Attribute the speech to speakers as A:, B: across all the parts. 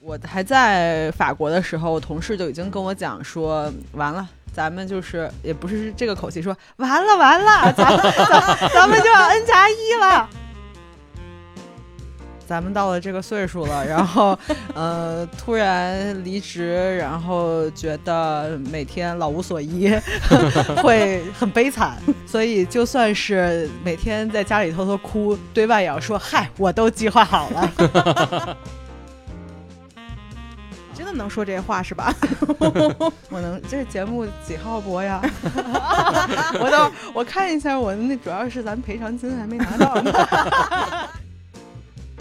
A: 我还在法国的时候，我同事就已经跟我讲说，完了。咱们就是也不是这个口气说，完了完了，咱们咱咱们就要 N 加一了。咱们到了这个岁数了，然后，呃，突然离职，然后觉得每天老无所依， 会很悲惨。所以，就算是每天在家里偷偷哭，对外也要说：“嗨，我都计划好了。”真的能说这话是吧？ 我能，这节目几号播 呀？我等我看一下，我那主要是咱赔偿金还没拿到呢。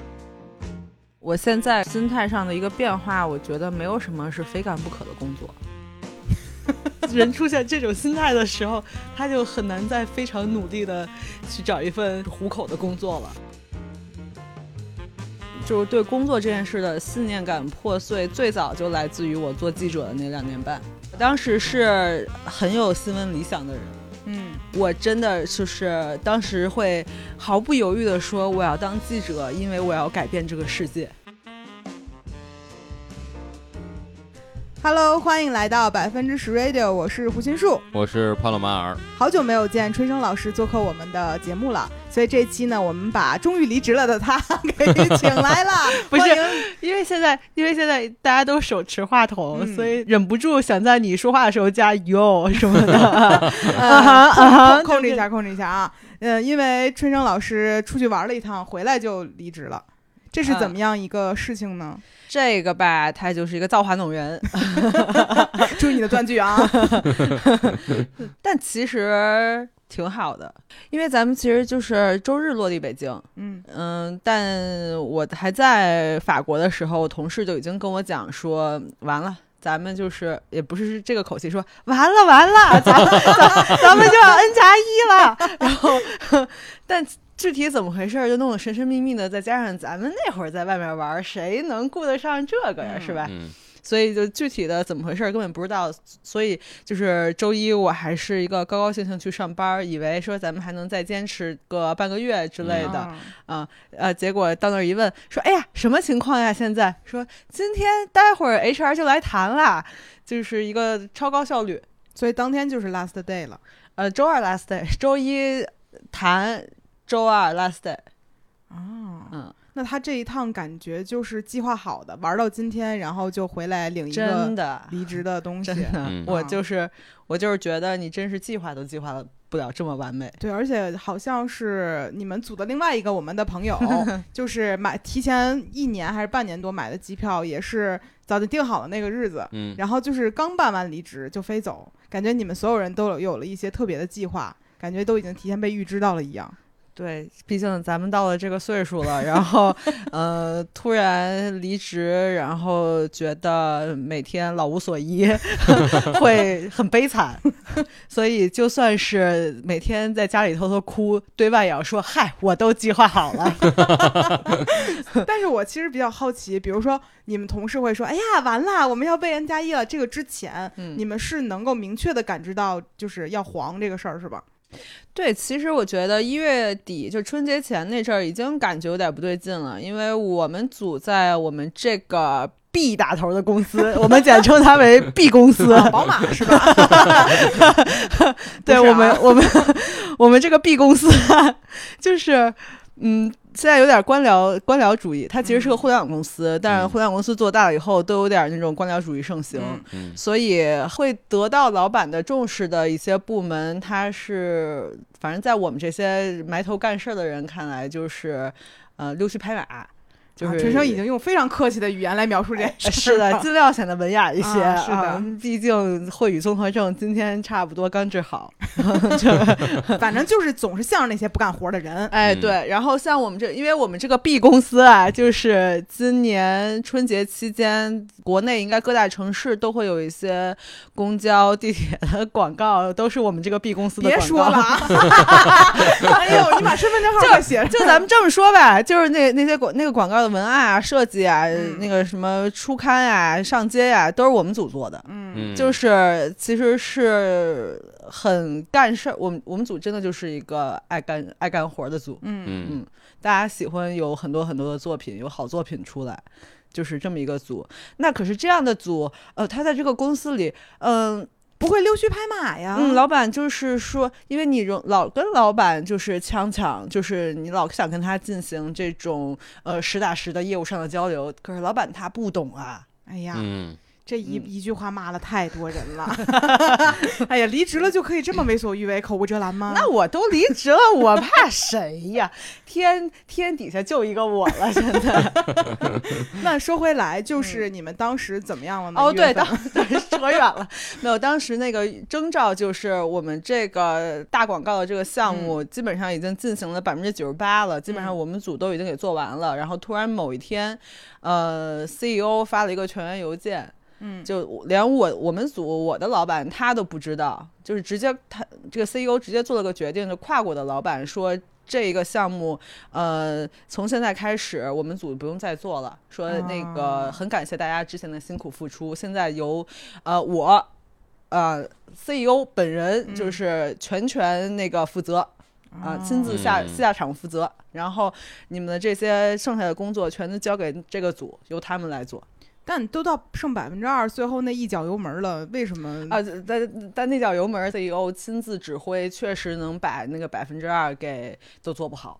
A: 我现在心态上的一个变化，我觉得没有什么是非干不可的工作。 人出现这种心态的时候，他就很难再非常努力的去找一份糊口的工作了。就是对工作这件事的信念感破碎，最早就来自于我做记者的那两年半。我当时是很有新闻理想的人，
B: 嗯，
A: 我真的就是当时会毫不犹豫地说我要当记者，因为我要改变这个世界。
B: Hello，欢迎来到百分之十 Radio，我是胡心树。
C: 我是帕洛马尔，
B: 好久没有见春生老师做客我们的节目了，所以这期呢，我们把终于离职了的他 给请来了。
A: 不是
B: 欢迎，
A: 因为现在，因为现在大家都手持话筒，
B: 嗯
A: 所以忍不住想在你说话的时候加 “yo” 什么的。
B: 呃
A: 哈
B: 控
A: 啊哈
B: 控控制一
A: 就是
B: 下，控制一下啊。呃，因为春生老师出去玩了一趟，回来就离职了，这
A: 嗯
B: 是怎么样一个事情呢？
A: 这个吧，他就是一个造化弄人。
B: 注意你的断句啊。
A: 但其实挺好的，因为咱们其实就是周日落地北京。
B: 嗯
A: 嗯，但我还在法国的时候，我同事就已经跟我讲说，完了。咱们就是也不是这个口气说完了完了，咱们咱咱们就要 N 加一了。然后， 但具体怎么回事儿就弄得神神秘秘的，再加上咱们那会儿在外面玩儿，谁能顾得上这个呀，是吧？
C: 嗯，
A: 所以就具体的怎么回事儿根本不知道，所以就是周一我还是一个高高兴兴去上班儿，以为说咱们还能再坚持个半个月之
C: 嗯
A: 类的，
B: 啊
A: 呃，结果到那儿一问，说哎呀什么情况呀？现在说今天待会儿 HR 就来谈啦，就是一个超高效率。
B: 所以当天就是 last day 了。
A: 呃，周二 last day，周一谈，周二 last day，
B: 啊，
A: 嗯，
B: 那他这一趟感觉就是计划好的，玩到今天，然后就回来领一
A: 真
B: 个
A: 的
B: 离职的东西
A: 真。的，
C: 嗯
A: 我就是我就是觉得你真是计划都计划不了这么完美。
B: 对，而且好像是你们组的另外一个我们的 朋友，就是买提前一年还是半年多买的机票，也是早就定好了那个日子，
C: 嗯，
B: 然后就是刚办完离职就飞走，感觉你们所有人都有有了一些特别的计划，感觉都已经提前被预知到了一样。
A: 对，毕竟咱们到了这个岁数了，然后， 呃，突然离职，然后觉得每天老无所 依，会很悲惨。 所以，就算是每天在家里偷偷哭，对外也要说：“嗨，我都计划好了。
B: 但是我其实比较好奇，比如说你们同事会说：“哎呀，完了，我们要被 N 加一了。”这个之前”，
A: 嗯
B: 你们是能够明确的感知到就是要黄这个事儿 是吧？
A: 对，其实我觉得一月底就春节前那阵儿已经感觉有点不对劲了，因为我们组在我们这个 B 打头的公司，我们简称它为 B 公司，
B: 宝马是吧？
A: 对
B: 不是啊
A: 我们，我们，我们这个 B 公司啊，就是，嗯，现在有点官僚官僚主义，它其实
B: 嗯
A: 是个互联网公司，但是
C: 嗯
A: 互联网公司做大了以后，都有点那种官僚主义盛 行。
B: 嗯
C: 嗯
A: 所以会得到老板的重视的一些部门，它是反正在我们这些埋头干事儿的人看来，就是呃溜须拍马，就
B: 啊
A: 是呃
B: 陈生已经用非常客气的语言来描述这件事儿
A: 是的，
B: 了
A: 尽量显得文雅一些。
B: 啊是的
A: 毕竟会语综合症今天差不多刚治好。
B: 反正就是总是向着那些不干活 的 人。
A: 哎，
C: 嗯
A: 对，然后像我们这，因为我们这个 B 公司啊，就是今年春节期间，国内应该各大城市都会有一些公交、地铁的广告，都是我们这个 B 公司的
B: 别
A: 广告。
B: 说了，啊！ 哎呦，你把身份证号给写上。
A: 就咱 们这么说吧，就是那那些广那个广告的文案啊、设计啊、
B: 嗯
A: 那个什么出刊啊、上街啊，都是我们组做的。
B: 嗯
C: 嗯，
A: 就是是其实是很干事儿。我们我们组真的就是一个爱干爱干活儿的组，
B: 嗯
A: 嗯
C: 嗯
A: 大家喜欢有很多很多的作品，有好作品出来，就是这么一个组。那可是这样的组，呃，他在这个公司里，嗯、
B: 不会溜须拍马呀。
A: 嗯，老板就是说，因为你容老跟老板就是呛呛，就是你老想跟他进行这种呃实打实的业务上的交流，可是老板他不懂啊。
B: 哎呀，
C: 嗯，
B: 这一
A: 嗯
B: 一句话骂了太多人 了。哎呀，离职了就可以这么为所欲为，口无遮拦吗？
A: 那我都离职了，我怕谁呀？天天底下就一个我了，真的。
B: 那说回来，就是你们当时怎么样了呢？
A: 嗯哦，
B: 一月
A: 对，
B: 份
A: 当对扯远了。没有，当时那个征兆就是我们这个大广告的这个项目，基本上已经进行了百分之九十八了，基本上我们组都已经给做完了。然后突然某一天，呃，CEO 发了一个全员邮件，
B: 嗯
A: 就我连我我们组我的老板他都不知道，就是直接他这个 CEO 直接做了个决定，就跨国的老板说。这个项目，呃，从现在开始我们组不用再做了。说那个
B: 哦
A: 很感谢大家之前的辛苦付出，现在由呃我呃 CEO 本人就
B: 嗯
A: 是全权那个负责，啊，亲自下
C: 嗯
A: 下场负责，然后你们的这些剩下的工作全都交给这个组，由他们来做。
B: 但都到剩百分之二，最后那一脚油门了，为什么？
A: 啊，但但那脚油门儿 CEO 亲自指挥，确实能把那个百分之二给都做不 好。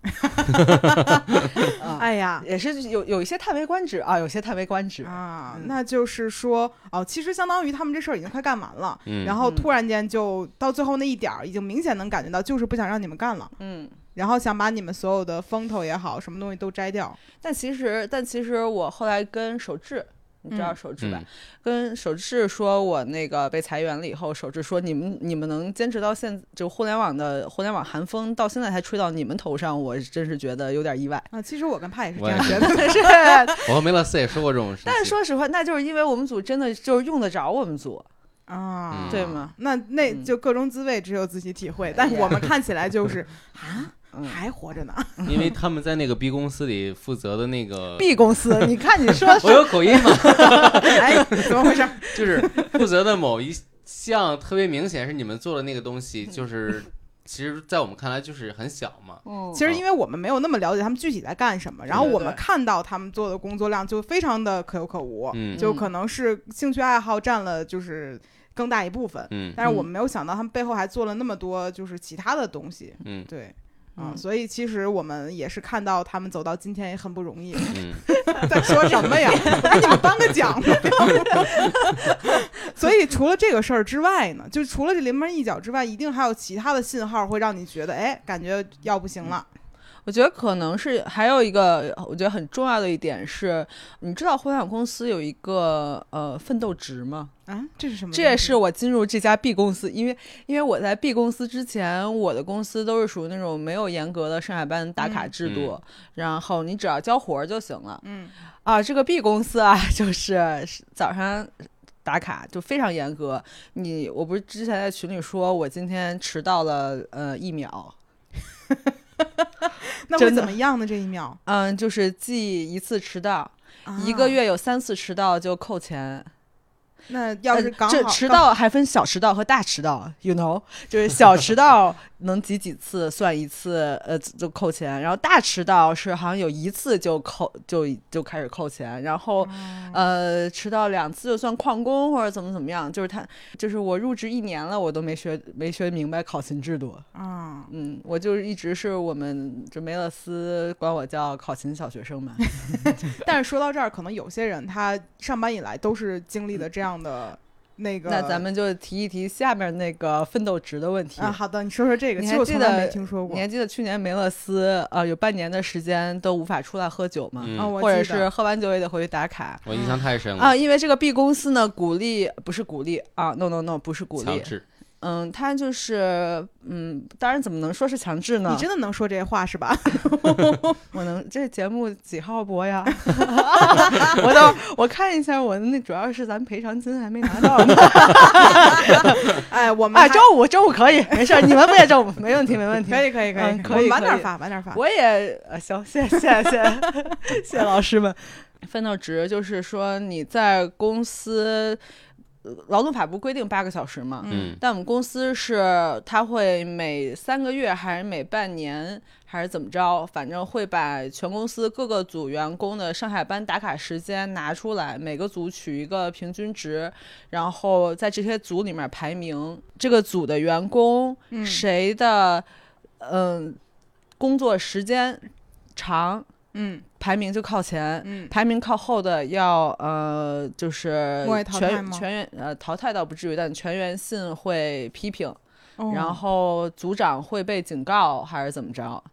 A: 啊
B: 哎呀
A: 也是有有一些叹为观止啊，有些叹为观止。
B: 啊
A: 嗯，
B: 那就是说，哦，其实相当于他们这事儿已经快干完了，
C: 嗯
B: 然后
A: 嗯
B: 突然间就到最后那一点儿，已经明显能感觉到，就是不想让你们干了，
A: 嗯，
B: 然后想把你们所有的风头也好，什么东西都摘掉。
A: 但其实但其实我后来跟守志。你知道
B: 嗯
A: 守志吧？
C: 嗯
A: 跟守志说，我那个被裁员了以后，守志说你们你们能坚持到现，就互联网的互联网寒风到现在才吹到你们头上，我真是觉得有点意外。
B: 啊，其实我跟帕也是这
C: 我也
B: 样觉
C: 是
B: 得，
A: 是，
C: 我和梅勒斯也说过这种事情。
A: 但是说实话，那就是因为我们组真的就是用得着我们组，
B: 啊，
A: 对吗？
B: 那那
A: 嗯哎
B: 就各种滋味只有自己体会，但我们看起 来就是啊
A: 嗯，
B: 还活着呢。
C: 因为他们在那个 B 公司里负责的那个，
A: B 公司，你看你 说
C: 我有口音吗？
B: 哎，怎么回事？
A: 嗯
C: 就是负责的某一项特别明显是你们做的那个东西，就是其实，在我们看来就是很小嘛。
A: 嗯
B: 其实因为我们没有那么了解他们具体在干什么，然后
A: 对对
B: 我们
A: 嗯对
B: 看到他们做的工作量就非常的可有可无，
C: 嗯
B: 就可能是兴趣爱好占了就是更大一部分，
C: 嗯
B: 但是我们没有想到他们背后还做了那么多就是其他的东西，
C: 嗯
B: 对。啊、
A: 嗯
B: 所以其实我们也是看到他们走到今天也很不容易。
C: 嗯，
B: 在说什 么呀？我给你们颁个奖吧。 所以除了这个事儿之外呢，就除了这临门一脚之外，一定还有其他的信号会让你觉得，哎，感觉要不行了。
A: 我觉得可能是还有一个，我觉得很重要的一点是，你知道互联网公司有一个呃奋斗值吗？
B: 啊，这是什么东西？
A: 这也是我进入这家 B 公司，因为因为我在 B 公司之前，我的公司都是属于那种没有严格的上下班打卡制度，然后你只要交活儿就行了
B: 嗯
A: 啊。这个 B 公司啊， 就是早上。打卡就非常严格，你我不是之前在群里说我今天迟到了呃一秒，，
B: 那会
A: 真的
B: 怎么样呢？这一秒，
A: 嗯，就是记一次迟到，一个
B: 啊，
A: 月有三次迟到就扣钱。
B: 那要是
A: 呃
B: 刚好、
A: 这迟到还分小迟到和大迟到，you 啊 know，就是 小迟到能记几次算一次，呃就扣钱。然后大迟到是好像有一次就扣就就开始扣钱，然后
B: 刚、嗯
A: 呃迟到两次就算旷工或者怎么怎么样。就是他就是我入职一年了，我都没学没学明白考勤制度。
B: 啊，
A: 嗯，我就是一直是我们就梅勒斯管我叫考勤小学生嘛。
B: 但是说到这儿，可能有些人他上班以来都是经历的这样的那个。
A: 那咱们就提一提下面那个奋斗值的问题。
B: 啊，好的，你说说这个，
A: 你
B: 其
A: 还
B: 实我
A: 记
B: 从来
A: 得
B: 没听说
A: 你
B: 过。
A: 还记得去年梅勒斯呃有半年的时间都无法出来喝酒吗？
C: 嗯
B: 啊，我
A: 或者
B: 记得
A: 是喝完酒也得回去打卡
C: 我印象太深了。
A: 啊？因为这个 B 公司呢鼓励不是鼓励啊，no no no 不是鼓
C: 强
A: 励，
C: 制，
A: 嗯，他就是嗯，当然怎么能说是强制呢
B: 你？真的能说这话是吧？
A: 我能这节目几号播 呀？我等我看一下，我那主要是咱赔偿金还没拿到 呢。
B: 哎，我们
A: 啊，
B: 还
A: 周五周五可以，没事儿，你们不也周五？没问题，没问题。
B: 可以可以可以
A: 嗯，
B: 我
A: 可以
B: 们晚
A: 可
B: 点
A: 以
B: 发，晚点发。
A: 我也呃，行，谢谢谢谢谢谢老师们。奋斗值就是说你在公司劳动法不规定八个小时嘛，
C: 嗯
A: 但我们公司是它会每三个月还是每半年还是怎么着，反正会把全公司各个组员工的上下班打卡时间拿出来，每个组取一个平均值，然后在这些组里面排名这个组的员工
B: 嗯
A: 谁的嗯、工作时间长，
B: 嗯
A: 排名就靠前。
B: 嗯
A: 排名靠后的要呃，就是
B: 末位淘汰
A: 全
B: 吗
A: 全员呃淘汰倒不至于，但全员信会批评，
B: 嗯，
A: 然
B: 哦
A: 后组长会被警告还是怎么着？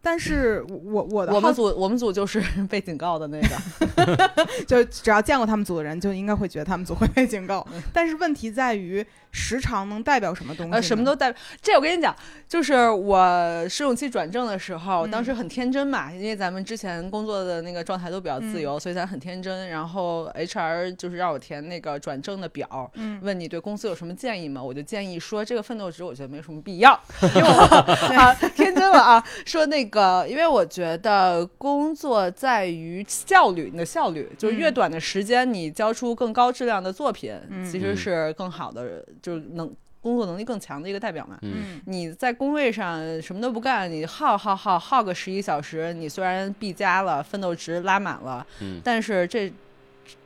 B: 但是我我的
A: 我
B: 好
A: 们组我们组就是 被警告的那个，
B: 就只要见过他们组的人，就应该会觉得他们组会被警告。但是问题在于，时长能代表什么东西
A: 嗯
B: 呢？
A: 呃，什么都代表。这我跟你讲，就是我试用期转正的时候，
B: 嗯
A: 当时很天真嘛，因为咱们之前工作的那个状态都比较自由，
B: 嗯
A: 所以咱很天真。然后 HR 就是让我填那个转正的表，
B: 嗯
A: 问你对公司有什么建议吗？我就建议说这个奋斗值我觉得没什么必要， 因为我啊天真了啊，说那个，因为我觉得工作在于效率，你的效率就是越
B: 嗯
A: 短的时间，你交出更高质量的作品，其实
C: 嗯
A: 是更好的，就是能工作能力更强的一个代表嘛。
C: 嗯
B: 嗯
A: 你在工位上什么都不干，你耗耗耗耗个十一小时，你虽然 B 加了，奋斗值拉满了，
C: 嗯
A: 但是这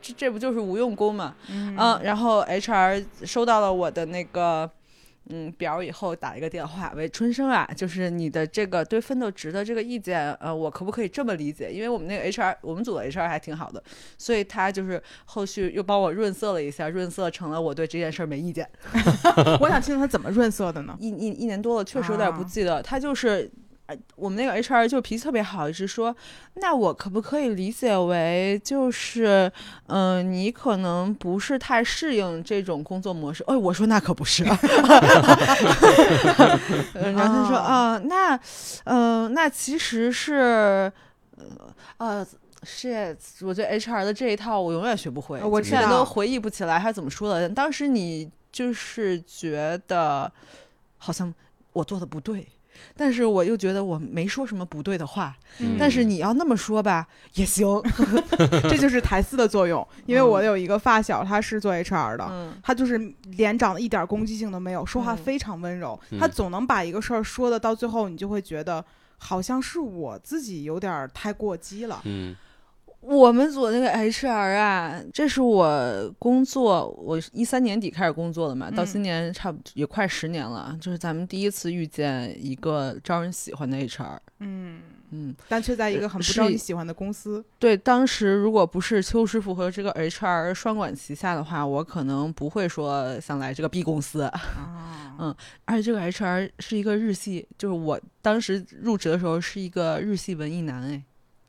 A: 这这不就是无用功吗？
B: 嗯
A: 嗯，然后 HR 收到了我的那个嗯表以后，打了一个电话，喂，春生啊，就是你的这个对奋斗值的这个意见，呃，我可不可以这么理解？因为我们那个 HR，我们组的 HR 还挺好的，所以他就是后续又帮我润色了一下，润色成了我对这件事儿没意见。嗯
B: 我想听听他怎么润色的 呢？
A: 一一一年多了，确实有点不
B: 啊
A: 记得。他就是，呃我们那个 HR 就脾气特别好，一直说，那我可不可以理解为就是，嗯、你可能不是太适应这种工作模式？哎，我说那可不是啊。 呃然后他说，
B: 啊
A: 啊、那，嗯、那其实是，呃，呃。shit，我觉得 HR 的这一套我永远学不会，
B: 啊我
A: 就
B: 知
A: 现在都
B: 道
A: 回忆不起来他怎么说的。当时你就是觉得，好像我做的不对，但是我又觉得我没说什么不对的话，
C: 嗯
A: 但是你要那么说吧也行。
B: 这就是台四的 作用，因为
A: 嗯
B: 我有一个发小，他是做 HR 的。
A: 嗯
B: 他就是脸长得一点攻击性都没有，说话
A: 嗯
B: 非常温柔。
C: 嗯
B: 他总能把一个事儿说的到最后，你就会觉得好像是我自己有点儿太过激了。
C: 嗯
A: 我们组那个 HR 啊，这是我工作，我一三年底开始工作的嘛，到
B: 嗯
A: 今年差不多也快十年了，就是咱们第一次遇见一个招人喜欢的 HR。
B: 嗯，
A: 嗯，
B: 但却在一个很不
A: 是
B: 招你喜欢的 公司。
A: 对，当时如果不是邱师傅和这个 HR 双管齐下的话，我可能不会说想来这个 B 公司。
B: 啊
A: 嗯而且这个 HR 是一个日系，就是我当时入职的时候是一个日系文艺男哎。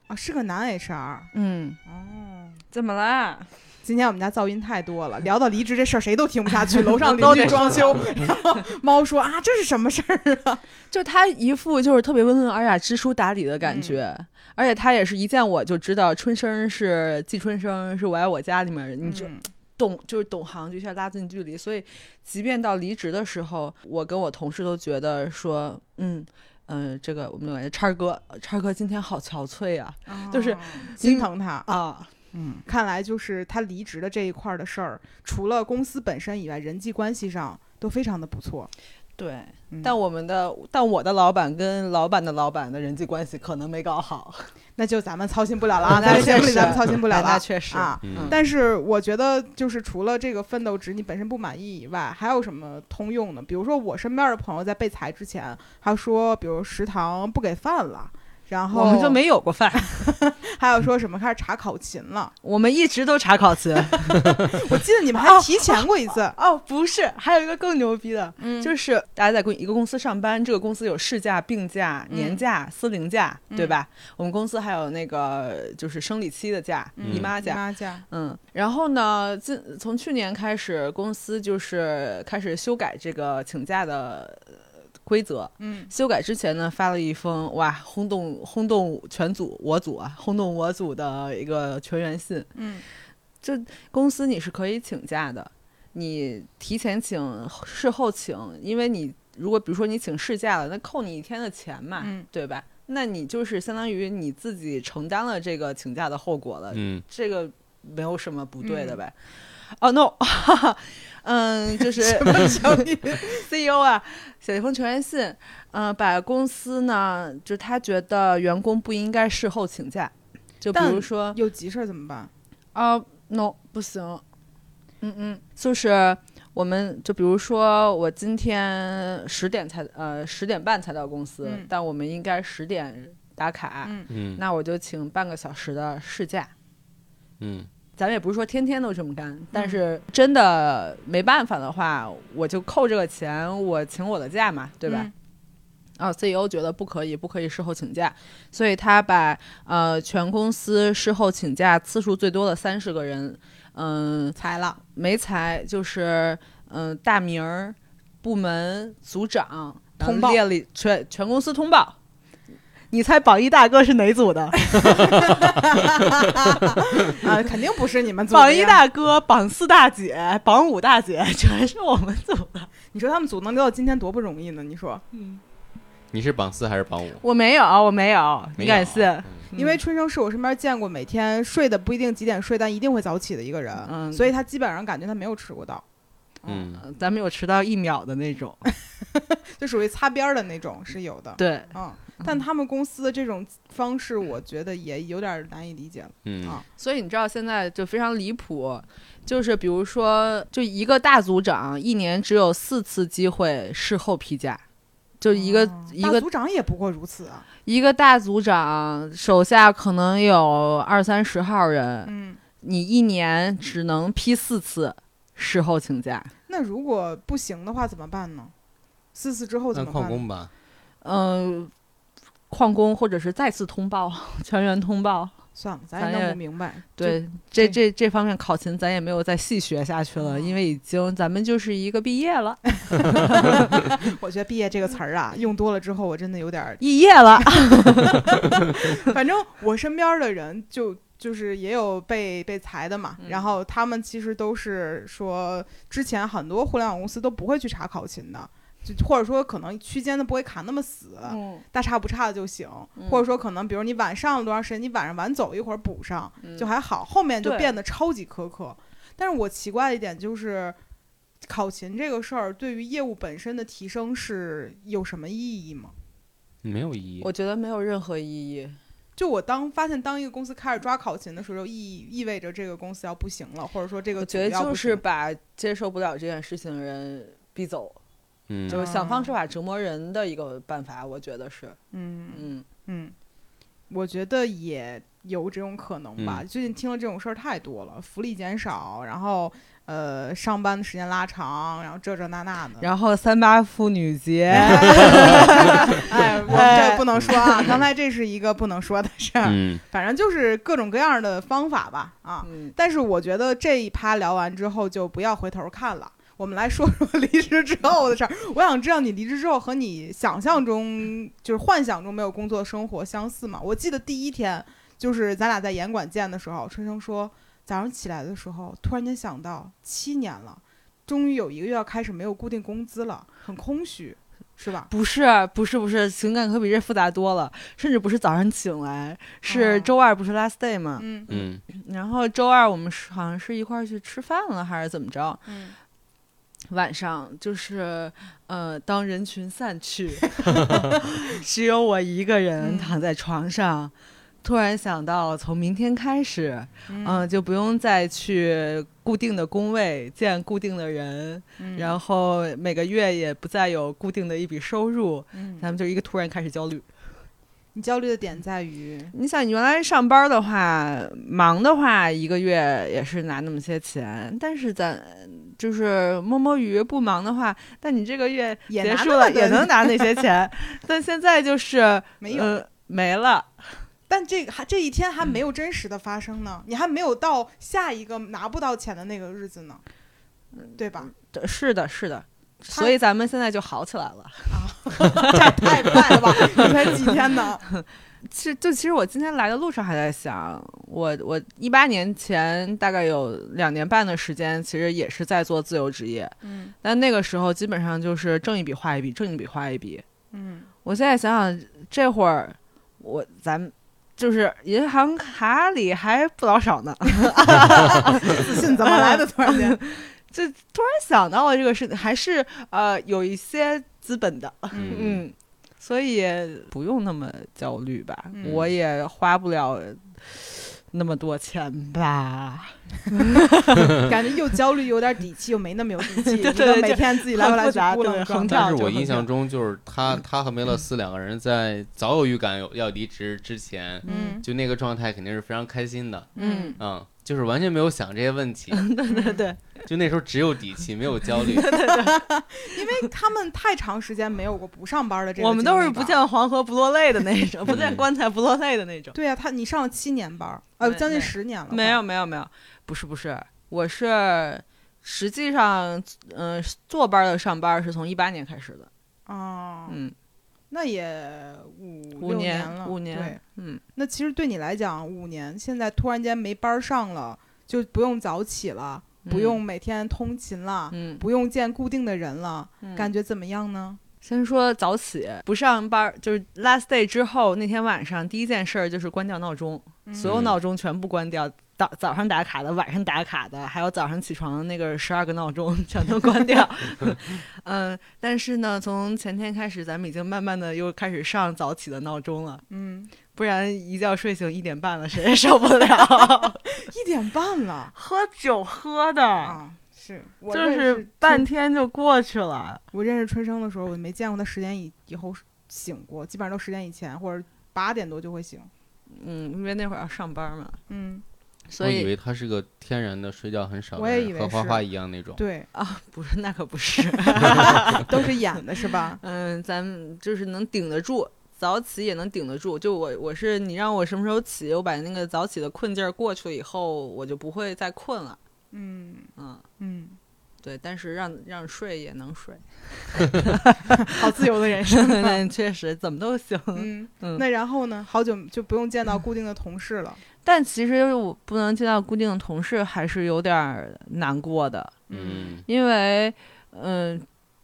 B: 啊，是个男 HR。
A: 嗯，
B: 哦，
A: 怎么啦？
B: 今天我们家噪音太多了，聊到离职这事儿谁都听不下 去。楼上邻居装修，然后猫说啊，这是什么事儿啊？
A: 就他一副就是特别温文尔雅、知书达理的感觉，而且他也是一见我就知道春生是季春生，是我爱我家里面，你就
B: 嗯
A: 懂就是懂行，就一下拉近距离。所以，即便到离职的时候，我跟我同事都觉得说，嗯。嗯，这个我们就感觉叉儿哥，叉儿哥今天好憔悴啊 就是
B: 哦心疼他。
A: 啊！
B: 嗯，看来就是他离职的这一块儿的事儿，除了公司本身以外，人际关系上都非常的不错。
A: 对，
B: 嗯
A: 但我们的但我的老板跟老板的老板的人际关系可能没搞好，
B: 那就咱们操心不了了啊，在
A: 那
B: 节目里
A: 确实
B: 咱们操心不了
A: 哎
B: 了
A: 那确实
B: 啊。
C: 嗯
B: 但是我觉得，就是除了这个奋斗值你本身不满意以外，还有什么通用的？比如说我身边的朋友在被裁之前，还说，比如食堂不给饭了，然后
A: 我们就没有过饭，
B: 还有说什么开始查考勤了。
A: 我们一直都查考勤。
B: 我记得 你们还提前过一次，
A: 哦，不是，还有一个更牛逼的，
B: 嗯就
A: 就是大家在公一个公司上班，这个公司有事假、病假、
B: 嗯
A: 年假、私龄假，对
B: 嗯
A: 吧？我们公司还有那个就是生理期的假、姨
C: 嗯
A: 妈假。
B: 妈假，
A: 嗯，然后呢，自从去年开始，公司就是开始修改这个请假的呃规则。
B: 嗯
A: 修改之前呢，发了一封哇，轰动轰动全组我组啊，轰动我组的一个全员信。
B: 嗯
A: 公司你是可以请假的，你提前请，事后请，因为你如果比如说你请事假了，那扣你一天的钱嘛，
B: 嗯
A: 对吧？那你就是相当于你自己承担了这个请假的后果了，
C: 嗯
A: 这个没有什么不对
B: 嗯
A: 的呗。哦、no，嗯，就是 CEO 啊，写了一封求援信，嗯、把公司呢，就他觉得员工不应该事后请假，就比如
B: 但
A: 说，
B: 有急事儿怎么办？
A: 啊、n o 不行。嗯嗯，就是我们就比如说，我今天十点才呃十点半才到公司，
B: 嗯
A: 但我们应该十点打卡，
B: 嗯
C: 嗯
A: 那我就请半个小时的事假。
C: 嗯
A: 咱们也不是说天天都这么干，
B: 嗯
A: 但是真的没办法的话，我就扣这个钱，我请我的假嘛，对吧？
B: 嗯
A: 啊，CEO 觉得不可以，不可以事后请假，所以他把呃全公司事后请假次数最多的三十个人，嗯、
B: 裁了。
A: 没裁，就是嗯、大名儿、部门组长，然后
B: 通报
A: 列里全全公司通报。你猜榜一大哥是哪组的？
B: 啊，肯定不是你 们组
A: 榜
B: 的
A: 一
B: 呀
A: 大哥、榜四大姐、榜五大姐，全是我们组的。
B: 你说他们组能留到今天多不容易呢？你说，
A: 嗯
C: 你是榜四还是榜五？
A: 我没有，我没有，你
C: 没有
A: 敢信？
C: 嗯
B: 因为春生是我身边见过每天睡的不一定几点睡，但一定会早起的一个人，
A: 嗯
B: 所以他基本上感觉他没有迟过到，
C: 嗯，
A: 呃咱们有迟到一秒的那种。
B: 就属于擦边儿的那种是有的。
A: 对，
B: 嗯，但他们公司的这种方式，我觉得也有点难以理解了。
C: 嗯
B: 啊
A: 所以你知道现在就非常离谱，就是比如说，就一个大组长一年只有四次机会事后批假，就一个、
B: 嗯
A: 一
B: 大
A: 个
B: 组长也不过如此啊。
A: 一个大组长手下可能有二三十号人，
B: 嗯，
A: 你一年只能批四次事后请假。
B: 那如果不行的话怎么办呢？四次之后怎
C: 那
B: 么
C: 旷
B: 办呢？
C: 工吧。
A: 嗯、旷工或者是再次通报，全员通报。
B: 算了，
A: 咱
B: 咱也弄
A: 也
B: 不明白。
A: 对，这
B: 对
A: 这这方面考勤咱也没有再细学下去了，
B: 嗯
A: 因为已经咱们就是一个毕业 了，
B: 就， 我觉得“毕业”这个词 儿啊，用多了之后，我真的有点儿
A: 肄业了。
B: 反正我身边儿的人就就是也有被被裁的
A: 嗯
B: 嘛，然后他们其实都是说，之前很多互联网公司都不会去查考勤的。就或者说，可能区间的不会卡那么死，
A: 嗯
B: 大差不差的就行。或者说，可能比如你晚上了多长时间，你晚上晚走一会儿补上，
A: 嗯
B: 就还好。后面就
A: 对
B: 变得超级苛刻。但是我奇怪的一点就是，考勤这个事儿对于业务本身的提升是有什么意义吗？
C: 没有意义
A: 我，觉得没有任何意义。
B: 就我当发现，当一个公司开始抓考勤的时候，意意味着这个公司要不行了，或者说这个
A: 我
B: 组
A: 觉得
B: 要不
A: 就是
B: 行
A: 把接受不了这件事情的人逼走，
C: 嗯，
A: 就是想
B: 嗯
A: 方设法折磨人的一个办法，我觉得是。
B: 嗯
A: 嗯，
B: 嗯，我觉得也有这种可能吧。
C: 嗯
B: 最近听了这种事儿太多了，福利减少，然后呃上班的时间拉长，然后这这那那的。
A: 然 后三八妇女节，
B: 哎，我们这个不能说 啊，刚才这是一个不能说的事儿，
C: 嗯
B: 反正就是各种各样的方法吧，啊，
A: 嗯，
B: 但是我觉得这一趴聊完之后，就不要回头看了。我们来说说离职之后的事儿。我想知道你离职之后和你想象中就是幻想中没有工作生活相似吗？我记得第一天就是咱俩在严管见的时候，春生说早上起来的时候，突然间想到七年了，终于有一个月要开始没有固定工资了，很空虚，是吧？
A: 不是，不是，不是，情感可比这复杂多了，甚至不是早上醒来，是
B: 哦
A: 周二不是 last day 嘛，
B: 嗯
C: 嗯
A: 然后周二我们是好像是一块儿去吃饭了，还是怎么着？
B: 嗯，
A: 晚上就是，呃，当人群散去， 只有我一个人
B: 嗯
A: 躺在床上，突然想到从明天开始，嗯、就不用再去固定的工位见固定的人，
B: 嗯
A: 然后每个月也不再有固定的一笔收入，
B: 嗯
A: 咱们就一个突然开始焦虑。
B: 你焦虑的点在于，
A: 你想，你原来上班的话，忙的话，一个月也是拿那么些钱，但是咱就是摸摸鱼不忙的话，但你这个月
B: 也
A: 结
B: 拿
A: 束
B: 那
A: 了
B: 么多
A: 也能拿那 些钱，但现在就是
B: 没有
A: 呃没了。
B: 但这个还这一天还没有真实的发生呢，你还没有到下一个拿不到钱的那个日子呢，对吧？
A: 对是的，是的，
B: 他
A: 所以咱们现在就好起来了。
B: 这也太快了吧！你才几天呢？
A: 其实，就其实我今天来的路上还在想，我我一八年前大概有两年半的时间，其实也是在做自由职业，
B: 嗯
A: 但那个时候基本上就是挣一笔花一笔，挣一笔花一笔。
B: 嗯
A: 我现在想想，这会儿我咱们就是银行卡里还不老少呢。
B: 自信怎么来的？突然间，
A: 这突然想到了这个事，情，还是呃有一些资本的，
B: 嗯
A: 嗯，所以不用那么焦虑吧，
B: 嗯
A: 我也花不了那么多钱吧，
B: 感觉又焦虑，有点底气，又没那么有底 气。
A: 对对
B: 你知道
A: 对
B: 每天自己来回来去
A: 很复杂
B: 扑
A: 对
B: 棱
A: 很
B: 撞撞。
C: 但
A: 跳
C: 是
A: 就
C: 我
A: 很
C: 印象
A: 跳
C: 中就是他他和梅勒斯两个人在早有预感有要离职之前，
B: 嗯
C: 就那个状态肯定是非常开心的，
B: 嗯，
C: 嗯，就是完全没有想这些问题，
A: 对对 对，
C: 就那时候只有底气，没有焦虑。
B: 因为他们太长时间没有过不上班的这个，
A: 我们都是不。见黄河不落泪的 那种，不见
C: 嗯
A: 棺材不落泪的那种。
B: 对呀、啊他你上了七年班儿，呃，
A: 没
B: 将近
A: 没
B: 十年了。
A: 没有，没有没有，不是不是，我是实际上嗯、坐班儿的上班儿是从一八年开始的，
B: 哦，
A: 嗯
B: 那也五
A: 五
B: 六
A: 年
B: 了，
A: 五年
B: 对，
A: 嗯，
B: 那其实对你来讲，五年现在突然间没班儿上了，就不用早起了，不
A: 嗯
B: 用每天通勤了，
A: 嗯，
B: 不用见固定的人了，
A: 感
B: 感觉怎么样呢？
A: 先说早起不上班儿，就是 last day 之后那天晚上第一件事儿就是关掉闹钟，所有
C: 嗯
A: 闹钟全部关掉。早早上打卡的，晚上打卡的，还有早上起床的那个十二个闹钟 全都关掉。嗯，但是呢，从前天开始，咱们已经慢慢的又开始上早起的闹钟了，
B: 嗯，
A: 不然一觉睡醒一点半了，谁也受不了。
B: 一点半 了
A: 喝酒喝的，
B: 啊，是，我
A: 就
B: 认
A: 是
B: 识
A: 半天就过去了。
B: 我认识春生的时候，我没见过他十点以以后醒过，基本上都十点以前或者八点多就会醒。
A: 嗯，因为那会儿要上班嘛，
B: 嗯，
A: 所
C: 我以
A: 以
C: 为他是个天然的睡觉很少
B: 我
C: 的
B: 也以
C: 人，
B: 为
C: 和花
B: 是
C: 花一样那种。
B: 对，
A: 啊，不是那可不 是。
B: 都是演的 是吧？
A: 嗯，咱们就是能顶得住，早起也能顶得住。就我我是你让我什么时候起，我把那个早起的困劲儿过去了以后，我就不会再困了。
B: 嗯
A: 嗯，
B: 嗯，
A: 对，但是让让睡也能睡，
B: 好自由的 人生。啊
A: 那确实怎么都行。
B: 嗯，
A: 嗯
B: 那然后呢？好久就不用见到固定的同事了。
A: 但其实我不能见到固定的同事，还是有点儿难过的。
C: 嗯，
A: 因为，嗯，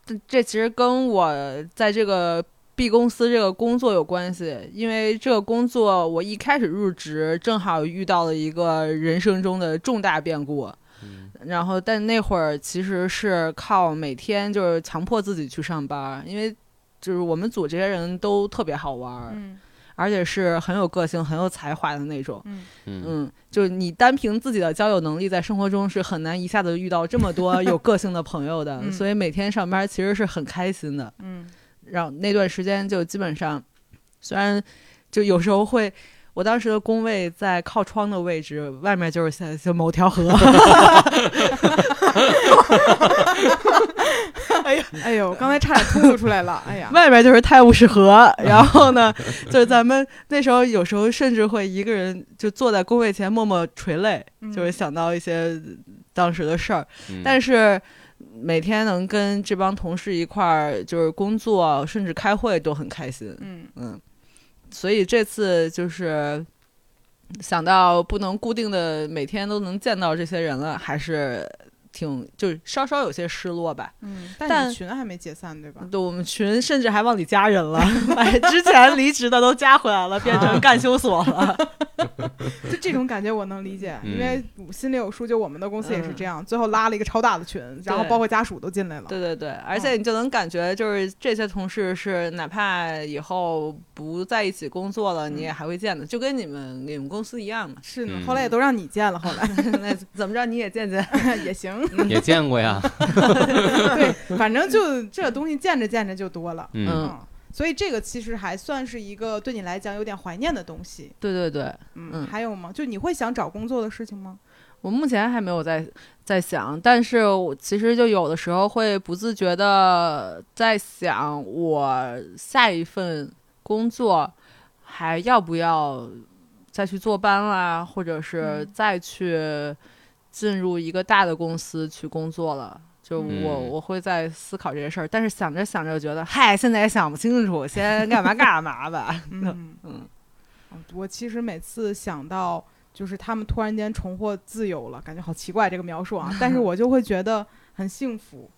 A: 这这其实跟我在这个 B 公司这个工作有关系。因为这个工作，我一开始入职正好遇到了一个人生中的重大变故，
C: 嗯
A: 然后但那会儿其实是靠每天就是强迫自己去上班，因为就是我们组这些人都特别好玩儿，
B: 嗯
A: 而且是很有个性、很有才华的那种。
B: 嗯
C: 嗯，
A: 嗯，就是你单凭自己的交友能力，在生活中是很难一下子遇到这么多有个性的朋友的，
B: 嗯
A: 所以每天上班其实是很开心的。
B: 嗯
A: 然后那段时间就基本上，虽然就有时候会。我当时的工位在靠窗的位置，外面就是现就某条河，
B: 哎呦，刚才差点吐出来了。哎 呀，
A: 外面就是泰晤士河。然后呢，就是咱们那时候有时候甚至会一个人就坐在工位前默默垂泪，
B: 嗯
A: 就是想到一些当时的事儿。
C: 嗯
A: 但是每天能跟这帮同事一块儿就是工作，甚至开会都很开心。
B: 嗯
A: 嗯，所以这次就是想到不能固定的每天都能见到这些人了，还是挺就是稍稍有些失落吧。
B: 嗯，但你
A: 但
B: 们群还没解散对吧？
A: 对，我们群甚至还往里加人 了，把之前离职的都加回来了，变成干休所了。
B: 就这种感觉我能理解，
C: 嗯
B: 因为我心里有数，就我们的公司也是这样，最后拉了一个超大的群，然后
A: 对
B: 包括家属都进来了。。
A: 对对对，而且你就能感觉，就是这些同事是哪怕以后不在一起工作了，你也还会见的，就跟你们你们公司一样嘛
B: 是呢，
C: 嗯
B: 后来也都让你见了，后
A: 那怎么着你也见见？
B: 来也行，
C: 也见过呀。
B: 对，反正就这东西见着见着就多了，
A: 嗯
B: 所以这个其实还算是一个对你来讲有点怀念的东西，
A: 对对对，
B: 嗯，
A: 嗯
B: 还有吗？就你会想找工作的事情吗？
A: 我目前还没有在在想，但是我其实就有的时候会不自觉的在想，我下一份工作还要不要再去坐班啦，或者是
B: 嗯
A: 再去进入一个大的公司去工作了。就我、
C: 嗯
A: 我会在思考这些事儿，但是想着想着觉得，嗨，现在也想不清楚，先干嘛干嘛 吧。
B: 嗯
A: 嗯
B: 哦我其实每次想到就是他们突然 间重获自由了，感觉好奇怪这个描述啊，但是我就会觉得很幸福。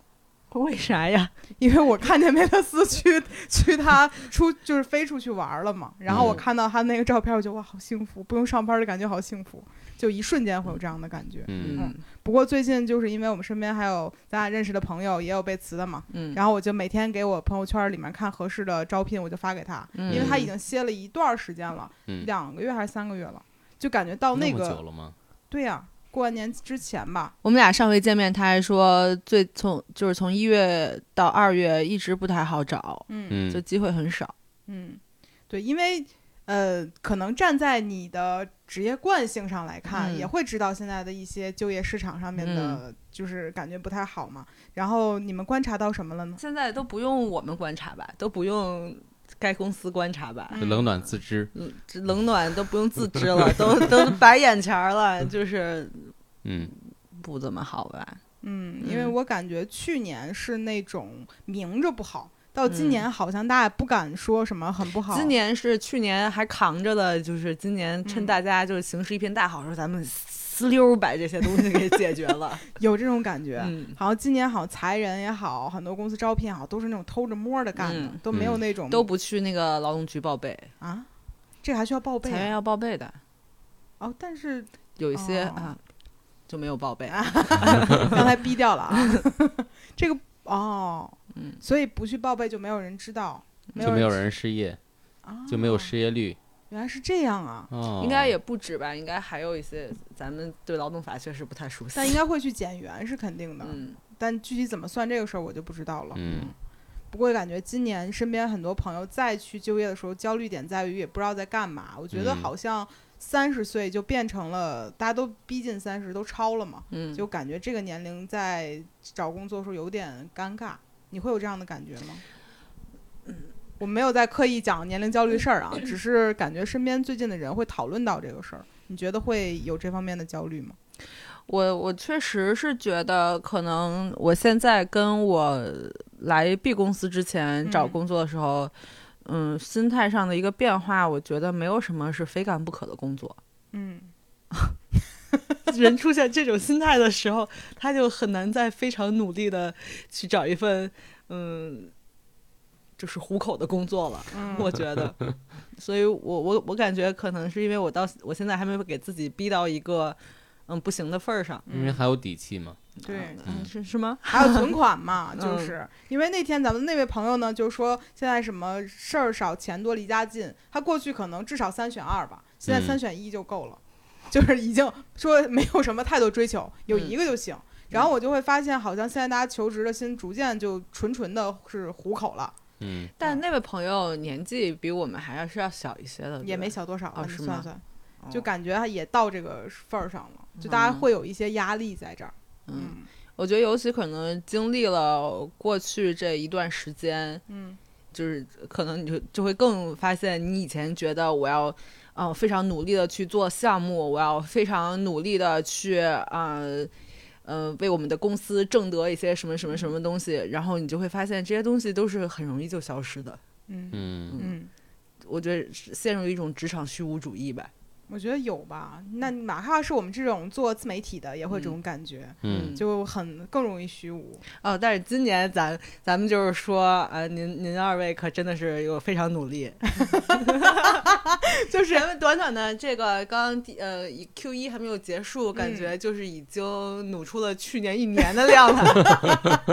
A: 为啥呀？
B: 因为我看见梅勒斯去去他出就是飞出去玩了嘛，然后我
C: 嗯
B: 看到他那个照片，我就哇好幸福，不用上班的感觉好幸福，就一瞬间会有这样的感觉。
C: 嗯
A: 嗯
B: 不过最近就是因为我们身边还有咱俩认识的朋友也有被辞的嘛，
A: 嗯，
B: 然后我就每天给我朋友圈里面看合适的招聘，我就发给他，
A: 嗯
B: 因为他已经歇了一段儿时间了，
C: 嗯，
B: 两个月还是三个月了，就感觉到那
C: 么久
B: 个
C: 了吗？
B: 对呀、过完年之前吧，
A: 我们俩上回见面，他还说最从就是从一月到二月一直不太好找，
B: 嗯
A: 就
C: 嗯
A: 机会很少。
B: 嗯，对，因为呃，可能站在你的职业惯性上来看，
A: 嗯
B: 也会知道现在的一些就业市场上面的，就是感觉不太好嘛。然后你们观察到什么了呢？
A: 现在都不用我们观察吧，都不用该公司观察吧，
B: 嗯
C: 冷暖自知，
A: 嗯，这冷暖都不用自知了，都都白眼前儿了，就是
C: 嗯
A: 不怎么好吧？
B: 嗯，因为
A: 嗯
B: 我感觉去年是那种明着不好，到
A: 嗯
B: 今年好像大家也不敢说什么很不好。
A: 今年是去年还扛着的，就是今年趁
B: 嗯
A: 大
B: 大
A: 家就是形势一片大好时候，咱们呲溜把这些东西给解决了。
B: 有这种感觉。
A: 嗯，
B: 好像今年好像裁人也好，很多公司招聘也好，都是那种偷着摸儿的干的，
A: 嗯
B: 都没有
C: 嗯
B: 那种
A: 都不去那个劳动局报备，
B: 啊，这还需要报备
A: 裁员
B: 啊、
A: 要报备的，
B: 哦，但是
A: 有一些
B: 哦
A: 啊就没有报备。啊
B: 刚才逼掉 了啊，这个哦，
A: 嗯
B: 所以不去报备就没有人知道，没
C: 就没有
B: 知
C: 人失业，
B: 啊，
C: 就没有失业率。
B: 原来是这样啊，
C: 哦，
A: 应该也不止吧，应该还有一些咱们对劳动法确实不太熟悉。
B: 但应该会去减员是肯定的，
A: 嗯
B: 但具体怎么算这个事儿我就不知道了。
C: 嗯
B: 不过感觉今年身边很多朋友再去就业的时候，焦虑点在于也不知道在干嘛。我觉得
C: 嗯
B: 好像三十岁就变成了大家都逼近三十，都超了嘛，
A: 嗯，
B: 就感觉这个年龄在找工作的时候有点尴尬。你会有这样的感觉吗？我没有在刻意讲年龄焦虑事儿啊，只是感觉身边最近的人会讨论到这个事儿。你觉得会有这方面的焦虑吗？
A: 我我确实是觉得，可能我现在跟我来 B 公司之前
B: 嗯
A: 找工作的时候，嗯心态上的一个变化，我觉得没有什么是非干不可的工作。
B: 嗯，
A: 人出现这种心态的时候，他就很难再非常努力的去找一份嗯，就是糊口的工作了。
B: 嗯
A: 我觉得，所以我我我感觉可能是因为我到我现在还没有给自己逼到一个嗯不行的份儿上。
B: 嗯
C: 因为还有底气嘛。
B: 对
A: 嗯，是是吗？
B: 还 有存款嘛，就
A: 嗯
B: 是因为那天咱们那位朋友呢，就说现在什么事儿少钱多离家近，他过去可能至少三选二吧，现在
C: 嗯
B: 三选一就够了，就是已经说没有什么太多追求，有
A: 嗯
B: 一个就行。然后我就会发现，好像现在大家求职的心逐渐就纯纯的是糊口了，
C: 嗯，
A: 但那位朋友年纪比我们还是要小一些的，对
B: 也
A: 吧
B: 没小多少了，
A: 哦
B: 你
A: 是
B: 算
A: 吗
B: 算，
A: 哦
B: 就感觉也到这个份儿上了，就大家
A: 嗯
B: 会有一些压力在这儿。
A: 嗯，我觉得尤其可能经历了过去这一段时间，
B: 嗯
A: 就是可能你就就会更发现，你以前觉得我要，嗯、非常努力的去做项目，我要非常努力的去，呃，呃，为我们的公司挣得一些什么什么什么东西，然后你就会发现这些东西都是很容易就消失的。
B: 嗯嗯
C: 嗯，
B: 嗯，
A: 我觉得是陷入一种职场虚无主义吧。
B: 我觉得有吧，那哪怕是我们这种做自媒体的，也会有这种感觉。
C: 嗯，
B: 就很更容易虚无。
A: 哦，但是今年咱咱们就是说，呃，您您二位可真的是有非常努力， 就是咱们短短的这个刚第呃 Q 一还没有结束，感觉就是已经努出了去年一年的量了，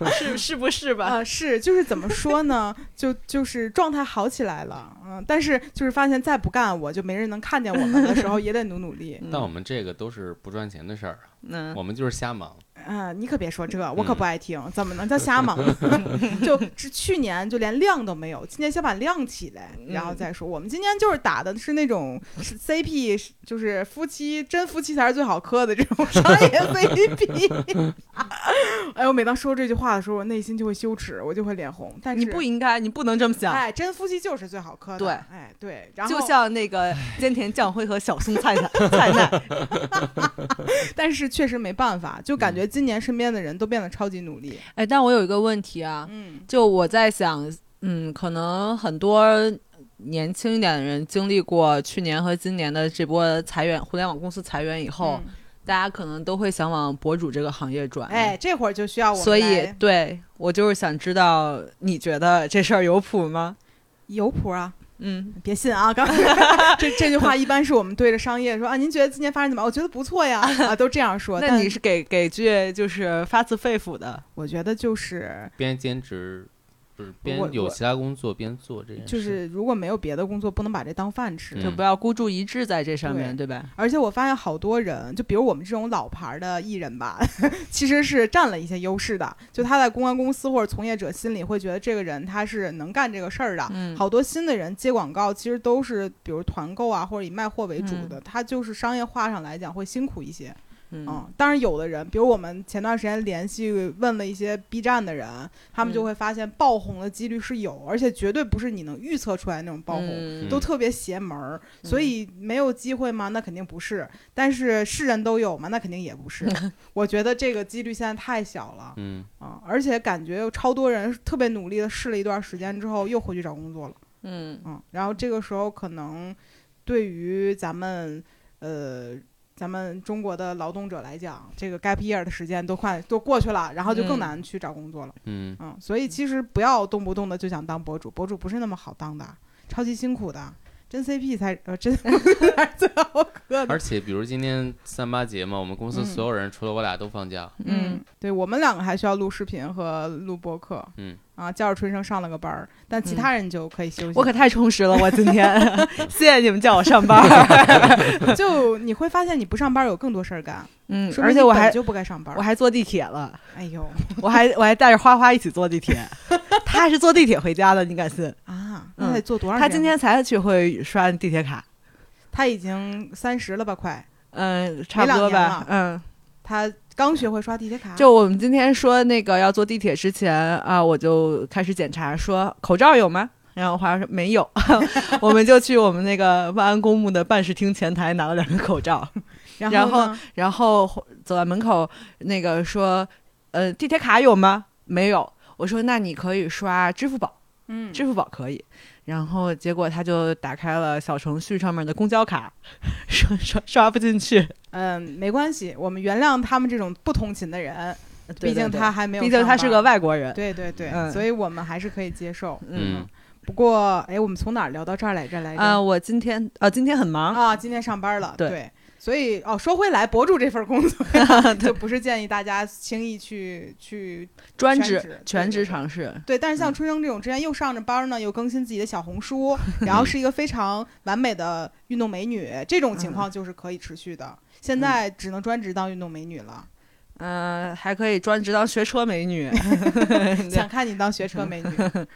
A: 是是不是吧？
B: 啊，是，就是怎么说呢？ 就就是状态好起来了，嗯，但是就是发现再不干，我就没人能看见我们的 时候，也得努努力。
C: 但我们这个都是不赚钱的事儿啊，
A: 嗯，
C: 我们就是瞎忙。
B: 啊，你可别说这，我可不爱听，怎么能叫瞎忙呢？ 就这去年就连量都没有，今年先把量起来，然后
A: 嗯
B: 再说。我们今年就是打的是那种是 CP，是就是夫妻真夫妻才是最好磕的这种商业 CP。哎，我每当说这句话的时候，我内心就会羞耻，我就会脸红。但是
A: 你不应该，你不能这么想。
B: 哎，真夫妻就是最好磕的。
A: 对
B: 哎对，然后
A: 就像那个菅田将晖和小松菜菜菜 菜，
B: 但是确实没办法，就感觉今年身边的人都变得超级努力。
A: 哎，但我有一个问题啊，
B: 嗯
A: 就我在想，嗯，可能很多年轻一点的人经历过去年和今年的这波裁员，互联网公司裁员以后，
B: 嗯
A: 大家可能都会想往博主这个行业转。
B: 哎，，这会儿就需要我们
A: 所以
B: 来
A: 对我就是想知道，你觉得这事儿有谱吗？
B: 有谱啊，
A: 嗯，
B: 别信啊！刚这这句话一般是我们对着商业说啊，您觉得今年发展怎么样？我觉得不错呀，啊，都这样 说。
A: 那
B: 但
A: 你是给给句就是发自肺腑的，
B: 我觉得就是
C: 边兼职，不是
B: 我
C: 边有
B: 我
C: 其他工作边做这件事，
B: 就是，如果没有别的工作，不能把这当饭吃。
A: 就
C: 嗯
A: 不要孤注一掷在这上面，对吧？
B: 而且我发现好多人，就比如我们这种老牌儿的艺人吧， 其实是占了一些优势的。就他在公关公司或者从业者心里会觉得这个人他是能干这个事儿的，
A: 嗯，
B: 好多新的人接广告，其实都是比如团购啊，或者以卖货为主的，他就是商业化上来讲会辛苦一些。
A: 嗯，
B: 嗯，当然有的人，比如我们前段时间联系问了一些 B 站的人，他们就
A: 嗯
B: 会发现爆红的几率是有，而且绝对不是你能预测出来那种爆红。
A: 嗯
B: 都特别邪门儿，所
A: 嗯
B: 以没有机会吗？那肯定不是。但是是人都有吗？那肯定也 不是。我觉得这个几率现在太小了
C: 嗯，
B: 啊、而且感觉有超多人特别努力的试了一段时间之后，又回去找工作了。
A: 嗯
B: 嗯，然后这个时候可能对于咱们呃咱们中国的劳动者来讲，这个 gap year 的时间都快都过去了，然后就更
A: 嗯
B: 难去找工作了。
C: 嗯，
B: 嗯，所以其实不要动不动的就想当博主，博主不是那么好当的，超级辛苦的。真 CP 才呃真 才是最好磕的
C: 而。且比如今天三八节嘛，我们公司
B: 嗯
C: 所有人除了我俩都放假，
B: 嗯，对我们两个还需要录视频和录播客。
C: 嗯
B: 啊，叫着春生上了个班儿，但其
A: 嗯
B: 他人就可以休息。
A: 我可太充实了，我今天 谢谢你们叫我上班儿。
B: 就你会发现你不上班有更多事儿干，
A: 嗯，
B: 说
A: 而
B: 明
A: 且
B: 你
A: 我
B: 本
A: 还
B: 就不该上班
A: 我。还坐地铁了，
B: 哎呦
A: 我还我还带着花花一起坐地铁， 他是坐地铁回家的，你敢信？
B: 啊，
A: 嗯
B: 那得做多少时
A: 他
B: 间？
A: 今天才去会刷地铁卡，
B: 他已经三十了吧？快，
A: 嗯，差不多吧
B: 没两年了，啊
A: 嗯。
B: 他刚学会刷地铁卡。
A: 就我们今天说那个要坐地铁之前啊，我就开始检查，说口罩有吗？然后花花说没有， 我们就去我们那个万安公墓的办事厅前台拿了两个口罩，
B: 然
A: 然
B: 后
A: 后
B: 呢
A: 然后走到门口那个说，呃，地铁卡有吗？没有。我说那你可以刷支付宝，
B: 嗯，
A: 支付宝可以。然后结果他就打开了小程序上面的公交卡， 刷刷刷不进去，
B: 嗯，没关系，我们原谅他们这种不通勤的人，
A: 对对
B: 毕竟
A: 对
B: 他还没有，
A: 毕竟他是个，外国人，
B: 对对对，
A: 嗯
B: 所以我们还是可以接受。
A: 嗯
C: 嗯，
B: 不过，哎，我们从哪儿聊到这儿来着来着？
A: 啊、我今天啊、今天很忙，
B: 啊，今天上班了，
A: 对
B: 所以哦，说回来，博主这份工 作呀就不是建议大家轻易去去
A: 专
B: 全
A: 职
B: 职对
A: 全
B: 对
A: 职
B: 对
A: 尝试，
B: 对，但是
C: 嗯
B: 像春生这种之前又上着班呢，又更新自己的小红 书，然后是一个非常完美的运动美女，这种情
C: 嗯
B: 况就是可以持续的。现在只能专职当运动美女 了，
A: 嗯、还可以专职当学车美 女，
B: 想看你当学车美女，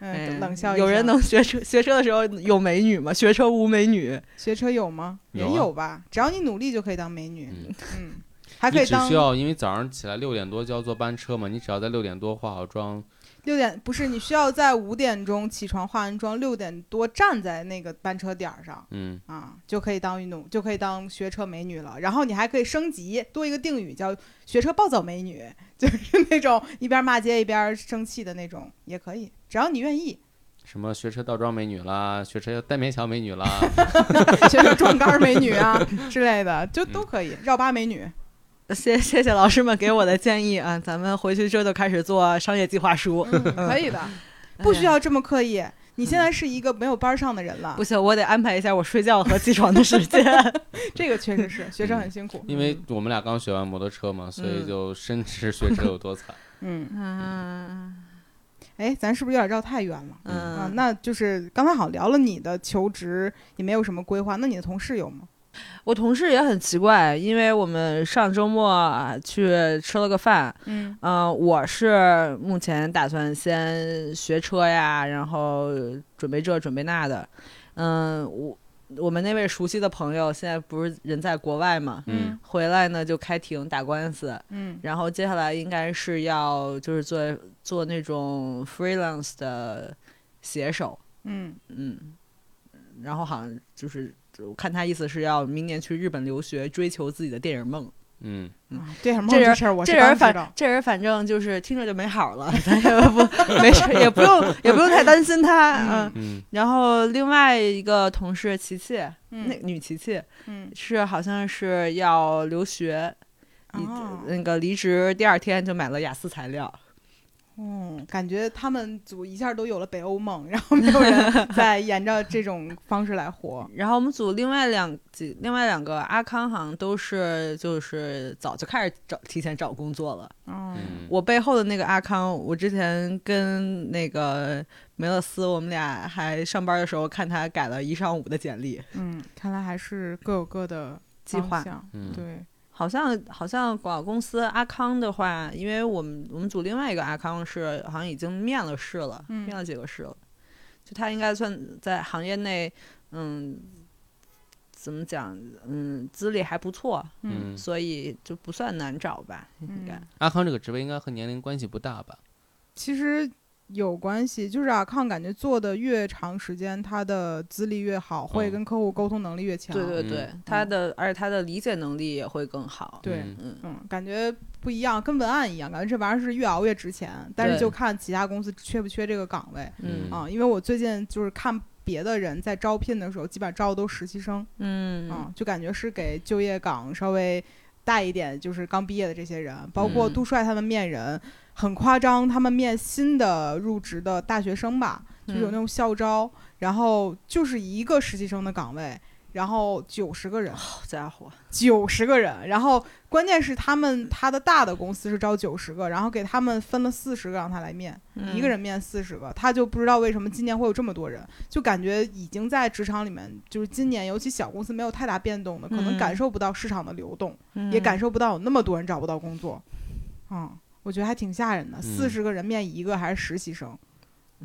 A: 哎
B: 嗯，冷笑一
A: 有
B: 下
A: 人能学车学车的时候有美女吗？学车无美女，
B: 学车有吗？也
C: 有啊
B: 有吧，只要你努力就可以当美女
C: 嗯。
B: 嗯，还可
C: 你
B: 以
C: 只
B: 当
C: 需要因为早上起来六点多就要坐班车嘛，你只要在六点多化好妆，
B: 六点不是你需要在五点钟起床化完妆，六点多站在那个班车点儿上
C: 嗯，
B: 啊，就可以当运动，就可以当学车美女了。然后你还可以升级，多一个定语叫“学车暴走美女”，就是那种一边骂街一边生气的那种也可以，只要你愿意。
C: 什么学车倒装美女啦，学车单边桥 美女啦，
B: 学车撞杆儿美女啊之类的，就
C: 嗯
B: 都可以。绕八美女。
A: 谢谢谢老师们给我的建议啊，咱们回去这就开始做商业计划书，
B: 嗯，可以的， 不需
A: 哎呀。
B: 要这么刻意。你现在是一个没有班儿上的人了
A: 不，行，我得安排一下我睡觉和起床的时间。
B: 这个确实是学生很辛苦。
C: 嗯因为我们俩刚学完摩托车嘛，所以
A: 嗯
C: 就深知学车有 多惨。
B: 嗯，
A: 嗯
B: 哎，咱是不是有点绕太远了？啊，
A: 嗯，
B: 那就是刚才好像聊了你的求职也没有什么规划，那你的同事有吗？
A: 我同事也很奇怪，因为我们上周末啊去吃了个饭，
B: 嗯
A: 嗯，我是目前打算先学车呀，然后准备这准备那的。嗯，我我们那位熟悉的朋友现在不是人在国外嘛，
C: 嗯
A: 回来呢就开庭打官司，
B: 嗯
A: 然后接下来应该是要就是做做那种 freelance 的写手，
B: 嗯
A: 嗯，然后好像就是我看他意思是要明年去日本留学，追求自己的电影梦。
C: 嗯，
B: 啊对很
A: 这
B: 梦
A: 人
B: 事儿，我
A: 这
B: 是刚
A: 人
B: 知
A: 反
B: 道。
A: 这人反正就是听着就没好 了，咱也不没事，也不用也不用太担心他。
B: 嗯
A: 嗯，
C: 嗯
A: 然后另外一个同事琪琪，那
B: 嗯
A: 女琪琪
B: 嗯，
A: 是好像是要留学，一
B: 哦
A: 那个离职第二天就买了雅思材料。
B: 嗯，感觉他们组一下都有了北欧梦，然后没有 人再沿着这种方式来活。
A: 然后我们组另外两几另外两个阿康好像都是就是早就开始找提前找工作了。
B: 嗯，
C: 嗯，
A: 我背后的那个阿康，我之前跟那个梅勒斯，我们俩还上班的时候看他改了一上午的简历，
B: 嗯，看来还是各有各的
A: 计划
B: 方向
C: 嗯
B: 对，
A: 好像好像广告公司阿康的话，因为我们我们组另外一个阿康是好像已经面了试了，
B: 嗯
A: 面了几个试了，就他应该算在行业内，嗯，怎么讲，嗯，资历还不错，
B: 嗯
C: 嗯，
A: 所以就不算难找吧，应该。
B: 嗯
C: 阿康这个职位应该和年龄关系不大吧？
B: 其实有关系，就是阿康感觉做的越长时间，他的资历越好，会
C: 嗯
B: 跟客户沟通能力越强。
A: 对对对，
C: 嗯
A: 他的而且他的理解能力也会更好。
B: 对
C: 嗯
A: 嗯，
B: 嗯，感觉不一样，跟文案一样，感觉这玩意儿是越熬越值钱，但是
A: 对
B: 就看其他公司缺不缺这个岗位
A: 嗯
B: 啊。因为我最近就是看别的人在招聘的时候，基本上招的都是实习生
A: 嗯
B: 啊，就感觉是给就业岗稍微带一点，就是刚毕业的这些人，包括
A: 嗯
B: 杜帅他们面人。很夸张，他们面新的入职的大学生吧，就
A: 嗯
B: 有那种校招，然后就是一个实习生的岗位，然后九 十个人，
A: 好家伙，
B: 九十个人，然后关键是他们他的大的公司是招九十个，然后给他们分了四十个让他来面，
A: 嗯
B: 一个人面四十个，他就不知道为什么今年会有这么多人，就感觉已经在职场里面，就是今年尤其小公司没有太大变动的，可能
A: 嗯
B: 感受不到市场的流动，
A: 嗯
B: 也感受不到有那么多人找不到工作，嗯，我觉得还挺吓人的，
C: 嗯
B: 四十个人面一个还是实习生，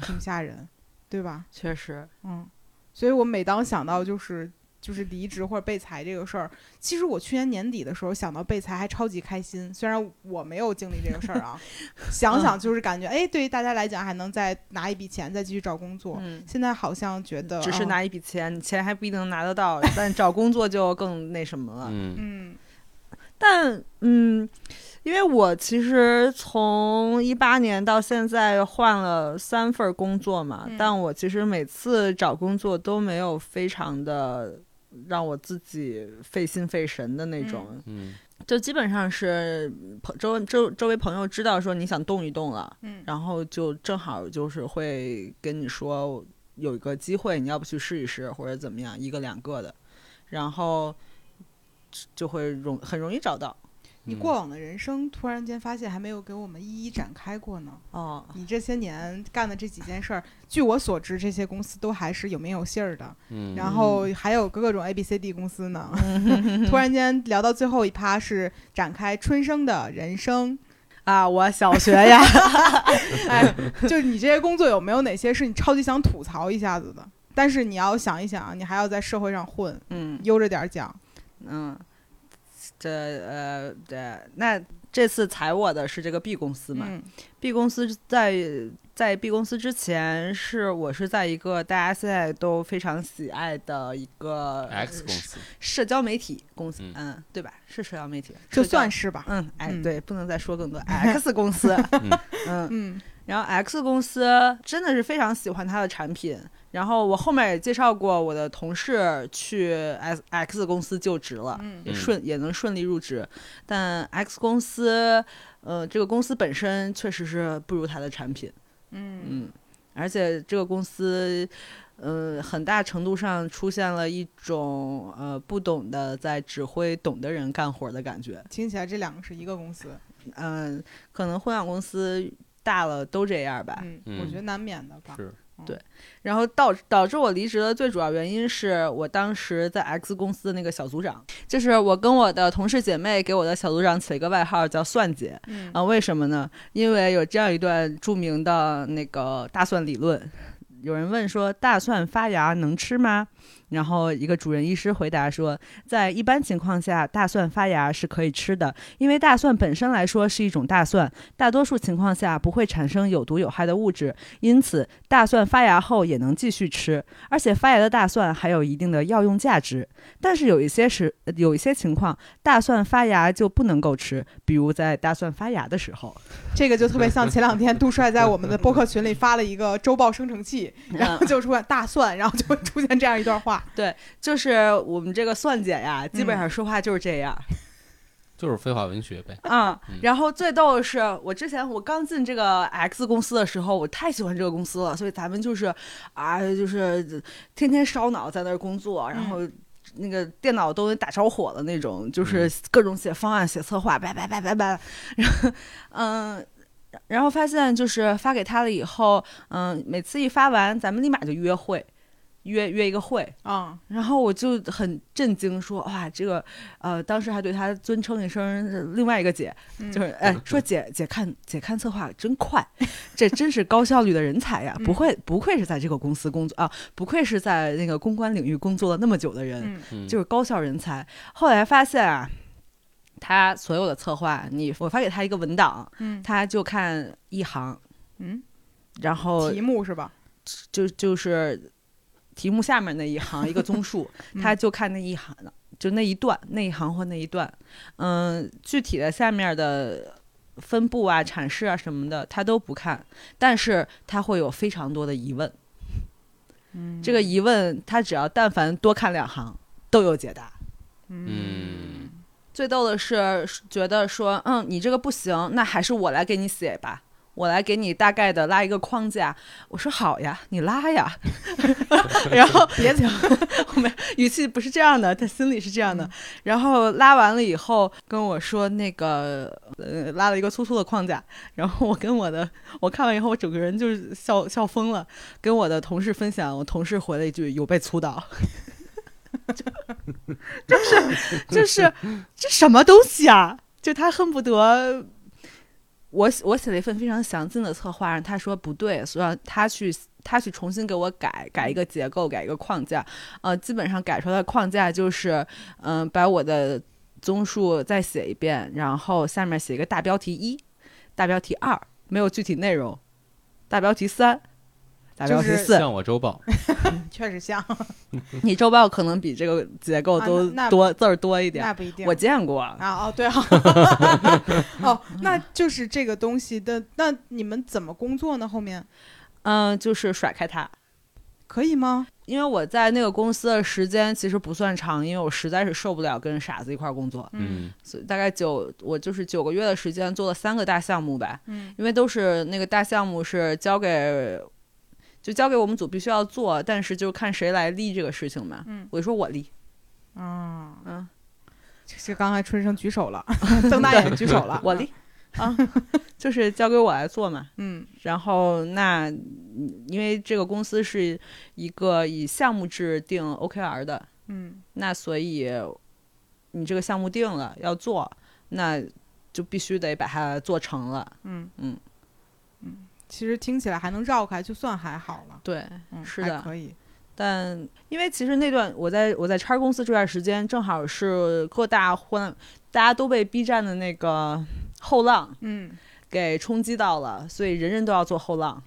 B: 挺吓人，对吧？
A: 确实，
B: 嗯，所以我每当想到就是就是离职或者被裁这个事儿，其实我去年年底的时候想到被裁还超级开心，虽然我没有经历这个事 儿啊，想
A: 嗯
B: 想就是感觉哎，对于大家来讲还能再拿一笔钱再继续找工作。
A: 嗯，哦
B: 现在好像觉得
A: 只是
B: 嗯
A: 拿一笔钱，你钱还不一定能拿得到，但找工作就更那什么了。
C: 嗯
B: 嗯
A: 但嗯，因为我其实从一八年到现在换了三份工作嘛，
B: 嗯
A: 但我其实每次找工作都没有非常的让我自己费心费神的那种，
C: 嗯
A: 就基本上是朋周周周围朋友知道说你想动一动了。
B: 嗯
A: 然后就正好就是会跟你说有一个机会，你要不去试一试或者怎么样，一个两个的，然后就会容很容易找到。
B: 你过往的人生突然间发现还没有给我们一一展开过呢。
A: 哦，
B: 你这些年干的这几件事儿，据我所知，这些公司都还是有名有姓儿的。
C: 嗯，
B: 然后还有各种 A B C D 公 司呢。突然间聊到最后一趴是展开春生的人生，
A: 啊，我小学呀，
B: 哎，就是你这些工作有没有哪些是你超级想吐槽一下子的？但是你要想一啊想，你还要在社会上混，
A: 嗯
B: 悠着点儿讲。
A: 嗯，这呃对，那这次裁我的是这个 B 公司嘛、
B: 嗯
A: b 公司在在 B 公司之前是我是在一个大家现在都非常喜爱的一个
C: X 公司，
A: 社交媒体公司，
C: 嗯
A: 嗯对吧？是社交媒体，
B: 这
A: 社交
B: 算 是吧。
A: 嗯，哎，
B: 嗯
A: 对，不能再说 更多。X 公司，
C: 嗯
A: 嗯，
B: 嗯
A: 然后 X 公司真的是非常喜欢它的产品。然后我后面也介绍过我的同事去 X X 公司就职了，
B: 嗯
A: 也顺也能顺利入职。但 X 公司，呃，这个公司本身确实是不如它的产品，
B: 嗯
A: 嗯，而且这个公司，呃，很大程度上出现了一种呃不懂的在指挥懂的人干活的感觉。
B: 听起来这两个是一个公司。
A: 嗯，可能互联网公司大了都这样吧。
B: 嗯，
C: 嗯
B: 我觉得难免的吧。
C: 是
A: 然后导导致我离职的最主要原因是我当时在 X 公司的那个小组长，就是我跟我的同事姐妹给我的小组长起了一个外号叫“蒜姐”
B: 嗯
A: 啊、为什么呢？因为有这样一段著名的那个大蒜理论，有人问说大蒜发芽能吃吗？然后一个主任医师回答说，在一般情况下，大蒜发芽是可以吃的，因为大蒜本身来说是一种大蒜，大多数情况下不会产生有毒有害的物质，因此大蒜发芽后也能继续吃，而且发芽的大蒜还有一定的药用价值。但是有一些时呃有一些情况，大蒜发芽就不能够吃，比如在大蒜发芽的时候。
B: 这个就特别像前两天杜帅在我们的播客群里发了一个周报生成器，然
A: 嗯
B: 后就出现大蒜，然后就会出现这样一段话。
A: 就是我们这个蒜姐呀，基本上说话就是这样。
C: 就是废话文学呗。
A: 嗯
C: 嗯，
A: 然后最逗的是，我之前我刚进这个 X 公司的时候，我太喜欢这个公司了，所以咱们就是啊，就是天天烧脑在那儿工作，然后。那个电脑都打着火的那种，就是各种写方案、写策划，叭叭叭叭叭， 然后，嗯，然后发现就是发给他了以后，嗯，每次一发完，咱们立马就约会，约约一个会，
B: 啊、
A: 然后我就很震惊说，哇，这个，呃，当时还对她尊称一声呃另外一个姐，
B: 嗯，
A: 就是哎，说姐姐看姐看策划真快， 这真是高效率的人才呀，
B: 嗯
A: 不会不愧是在这个公司工作啊，不愧是在那个公关领域工作了那么久的人，
B: 嗯
C: 嗯，
A: 就是高效人才。后来发现啊，他所有的策划，你我发给他一个文档，
B: 嗯
A: 他就看一行，
B: 嗯，
A: 然后
B: 题目是吧？
A: 就就是题目下面那一行一个综述
B: 嗯，
A: 他就看那一行的，就那一段那一行或那一段，嗯，具体的下面的分布啊、阐释啊什么的，他都不看，但是他会有非常多的疑问，
B: 嗯
A: 这个疑问他只要但凡多看两行都有解答。
C: 嗯，
A: 最逗的是，觉得说，嗯，你这个不行，那还是我来给你写吧，我来给你大概的拉一个框架。我说好呀，你拉呀。 然后别讲，我没语气不是这样的，他心里是这样的。然后拉完了以后跟我说那个，呃，拉了一个粗粗的框架。然后我跟我的，我看完以后，我整个人就是笑笑疯了。跟我的同事分享，我同事回了一句：“有被粗到。” 就就是这什么东西啊？就他恨不得我写我写了一份非常详尽的策划，让他说不对，所以让他去他去重新给我改改一个结构，改一个框架。呃，基本上改出来的框架就是，嗯、把我的综述再写一遍，然后下面写一个大标题一，大标题二，没有具体内容，大标题三。大标题
B: 就是
A: 四，
C: 像我周报，
B: 确实像，
A: 你周报可能比这个结构
B: 啊
A: 都
B: 那那
A: 多、字儿多一点。
B: 那不一定。
A: 我见过，
B: 啊哦， 对 啊，哦，那就是这个东西的。那你们怎么工作呢？后面
A: 嗯，就是甩开他，
B: 可以吗？
A: 因为我在那个公司的时间其实不算长，因为我实在是受不了跟傻子一块儿工作，
C: 嗯，
A: 所以大概九我就是九个月的时间做了三个大项目吧，
B: 嗯
A: 因为都是那个大项目是交给就交给我们组必须要做，但是就看谁来立这个事情嘛。
B: 嗯
A: 我就说我立，
B: 啊，
A: 嗯，，
B: 这这刚才春生举手了，瞪大眼举手 了
A: 我立啊，就是交给我来做嘛。
B: 嗯
A: 然后那嗯因为这个公司是一个以项目制定 OKR 的，
B: 嗯
A: 那所以你这个项目定了要做，那就必须得把它做成了。
B: 嗯
A: 嗯
B: 嗯，其实听起来还能绕开，就算还好了。
A: 对，
B: 嗯，
A: 是
B: 还
A: 的
B: 可以。
A: 但因为其实那段我在我在叉公司这段时间，正好是各大互联大家都被 B 站的那个后浪
B: 嗯
A: 给冲击到了，所以人人都要做后浪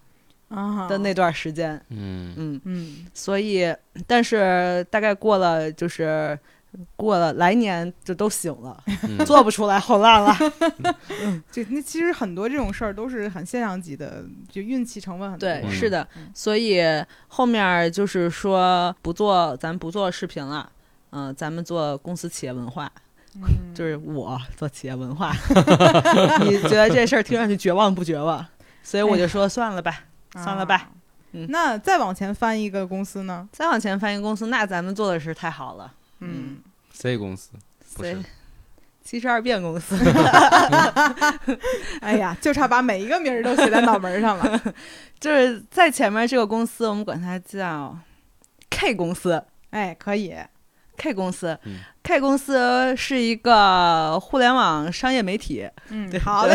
B: 啊
A: 的那段时间，
C: 嗯，
A: 嗯，
B: 嗯
A: 所以但是大概过了就是。过了来年就都醒了，
C: 嗯
A: 做不出来后浪了。
B: 就那其实很多这种事儿都是很现象级的，就运气成分很多。
A: 对，
C: 嗯
A: 是的
B: 嗯，
A: 所以后面儿就是说不做，咱不做视频了，嗯、咱们做公司企业文化，
B: 嗯
A: 就是我做企业文 化。 你觉得这事儿听上去绝望不绝望？所以我就说算了吧。算了吧
B: 啊
A: 嗯
B: 那再往前翻一个公司呢？
A: 再往前翻译公司，那咱们做的是太好了，嗯，
C: C 公司不是
A: 所以七十二变公司。
B: 哎呀，就差把每一个名儿都写在脑门儿上 了。
A: 就是在前面这个公司，我们管它叫 K 公司。
B: 哎，可以，
A: K 公司、
C: 嗯
A: k K 公司是一个互联网商业媒体
B: 嗯
A: 对，
B: 好嘞，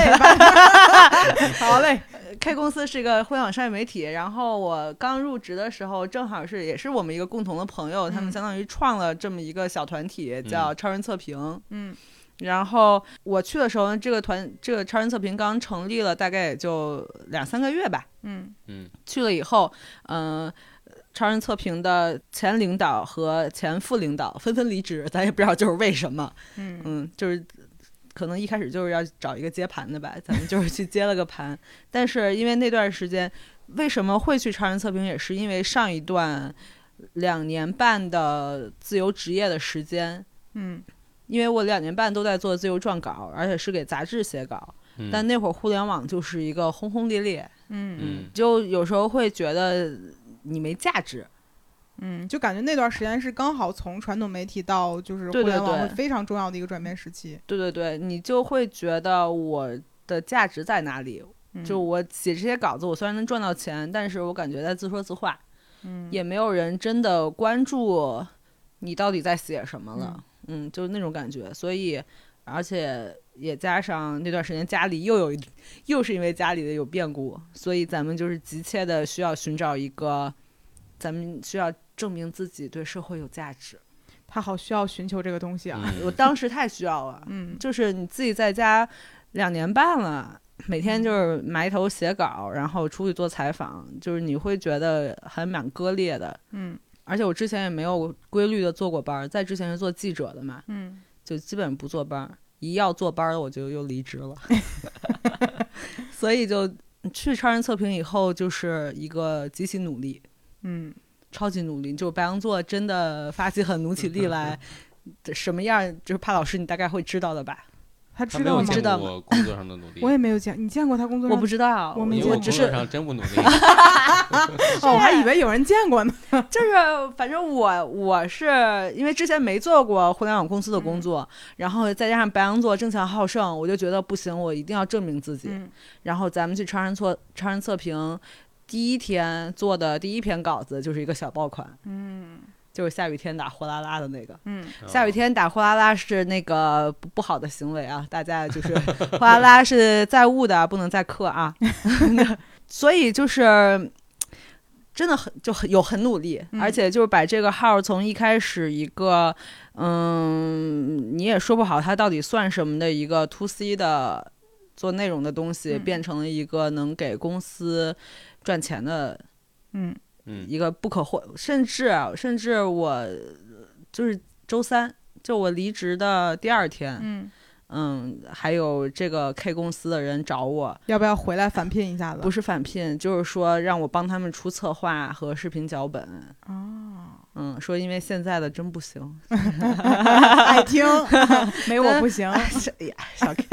B: 好嘞，
A: ，K 呃公司是一个互联网商业媒体。然后我刚入职的时候，正好是也是我们一个共同的朋友，他们
B: 嗯
A: 相当于创了这么一个小团体，叫超人测评。
B: 嗯
A: 然后我去的时候，这个团这个超人测评刚成立了，大概也就两三个月吧。
B: 嗯
C: 嗯
A: 去了以后，嗯、超人测评的前领导和前副领导纷纷离职，咱也不知道就是为什么。
B: 嗯
A: 嗯，就是可能一开始就是要找一个接盘的吧，咱们就是去接了个盘。 但是因为那段时间，为什么会去超人测评，也是因为上一段两年半的自由职业的时间，
B: 嗯
A: 因为我两年半都在做自由撰稿，而且是给杂志写稿。
C: 嗯，
A: 但那会儿互联网就是一个轰轰烈烈，
B: 嗯
C: 嗯
A: 就有时候会觉得你没价值。
B: 嗯，就感觉那段时间是刚好从传统媒体到就是互
A: 对对
B: 联网
A: 对
B: 会非常重要的一个转变时期。
A: 对对对，你就会觉得我的价值在哪里？
B: 嗯
A: 就我写这些稿子，我虽然能赚到钱，但是我感觉在自说自话，
B: 嗯
A: 也没有人真的关注你到底在写什么了。嗯就是那种感觉。所以，而且也加上那段时间家里又有， 又是因为家里的有变故，所以咱们就是急切的需要寻找一个，咱们需要证明自己对社会有价值。
B: 他好需要寻求这个东西啊。
A: 我
C: 嗯
A: 当时太需要了，
B: 嗯
A: 就是你自己在家两年半了，每天就是埋头写稿，然后出去做采访，就是你会觉得还蛮割裂的。
B: 嗯
A: 而且我之前也没有规律的做过班儿，在之前是做记者的嘛，
B: 嗯
A: 就基本不做班儿。一要做班儿，我就又离职了。 所以就去超人测评以后，就是一个极其努力，
B: 嗯
A: 超级努力，就白羊座真的发起狠努起力来，什么样儿就是帕老师你大概会知道的吧？
B: 他
C: 他
B: 知
C: 没
B: 道
C: 有
B: 吗？
A: 知
C: 见
A: 道
C: 过
A: 吗
C: 我工作上的努力，
B: 我也没有见，你见过他工作
A: 我
B: 上？
A: 不啊知道，
B: 我没
C: 因
A: 我
B: 见
C: 为我
B: 过
A: 只
C: 工
A: 是
C: 作上真不努力，
B: 哦，我还以为有人见过呢。
A: 就是，反正我我是因为之前没做过互联网公司的工作，然后再加上白羊座争强好胜，我就觉得不行，我一定要证明自己。
B: 嗯
A: 然后咱们去超人测超人测评，第一天做的第一篇稿子就是一个小爆款，
B: 嗯
A: 就是下雨天打货拉拉的那个。
B: 嗯
A: 下雨天打货拉拉是那个不不好的行为啊，大家就是 货拉拉是载物的，不能载客啊。 所以就是真的很就很有很努力，
B: 嗯
A: 而且就是把这个号从一开始一个嗯，你也说不好它到底算什么的一个 to C 的做内容的东西，
B: 嗯
A: 变成了一个能给公司赚钱的
B: 嗯
C: 嗯
A: 一个不可或，甚至啊甚至我就是周三，就我离职的第二天，
B: 嗯，
A: 嗯，还有这个 K 公司的人找我，
B: 要不要回来返聘一下子？
A: 不
B: 是
A: 是返聘，就是说让我帮他们出策划和视频脚本，
B: 啊，
A: 嗯，说因为现在的真不行，
B: 爱听，没我不行。
A: 小呀小 K，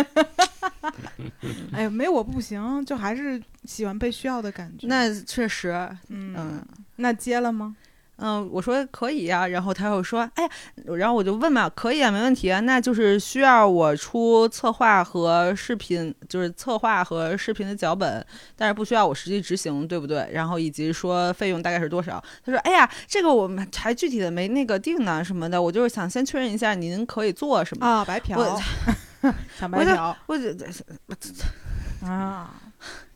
B: 哎，没我不行，就还是喜欢被需要的感觉。
A: 那确实，
B: 嗯
A: 嗯，
B: 那接了吗？
A: 嗯，我说可以呀、然后他又说，哎呀，然后我就问嘛，可以啊，没问题啊，那就是需要我出策划和视频，就是策划和视频的脚本，但是不需要我实际执行，对不对？然后以及说费用大概是多少？他说，哎呀，这个我们还具体的没那个定呢什么的，我就是想先确认一下您可以做什么。
B: 啊，白嫖
A: 我，
B: 想
A: 我
B: 白
A: 就
B: 嫖
A: 我就
B: 啊，
C: 嗯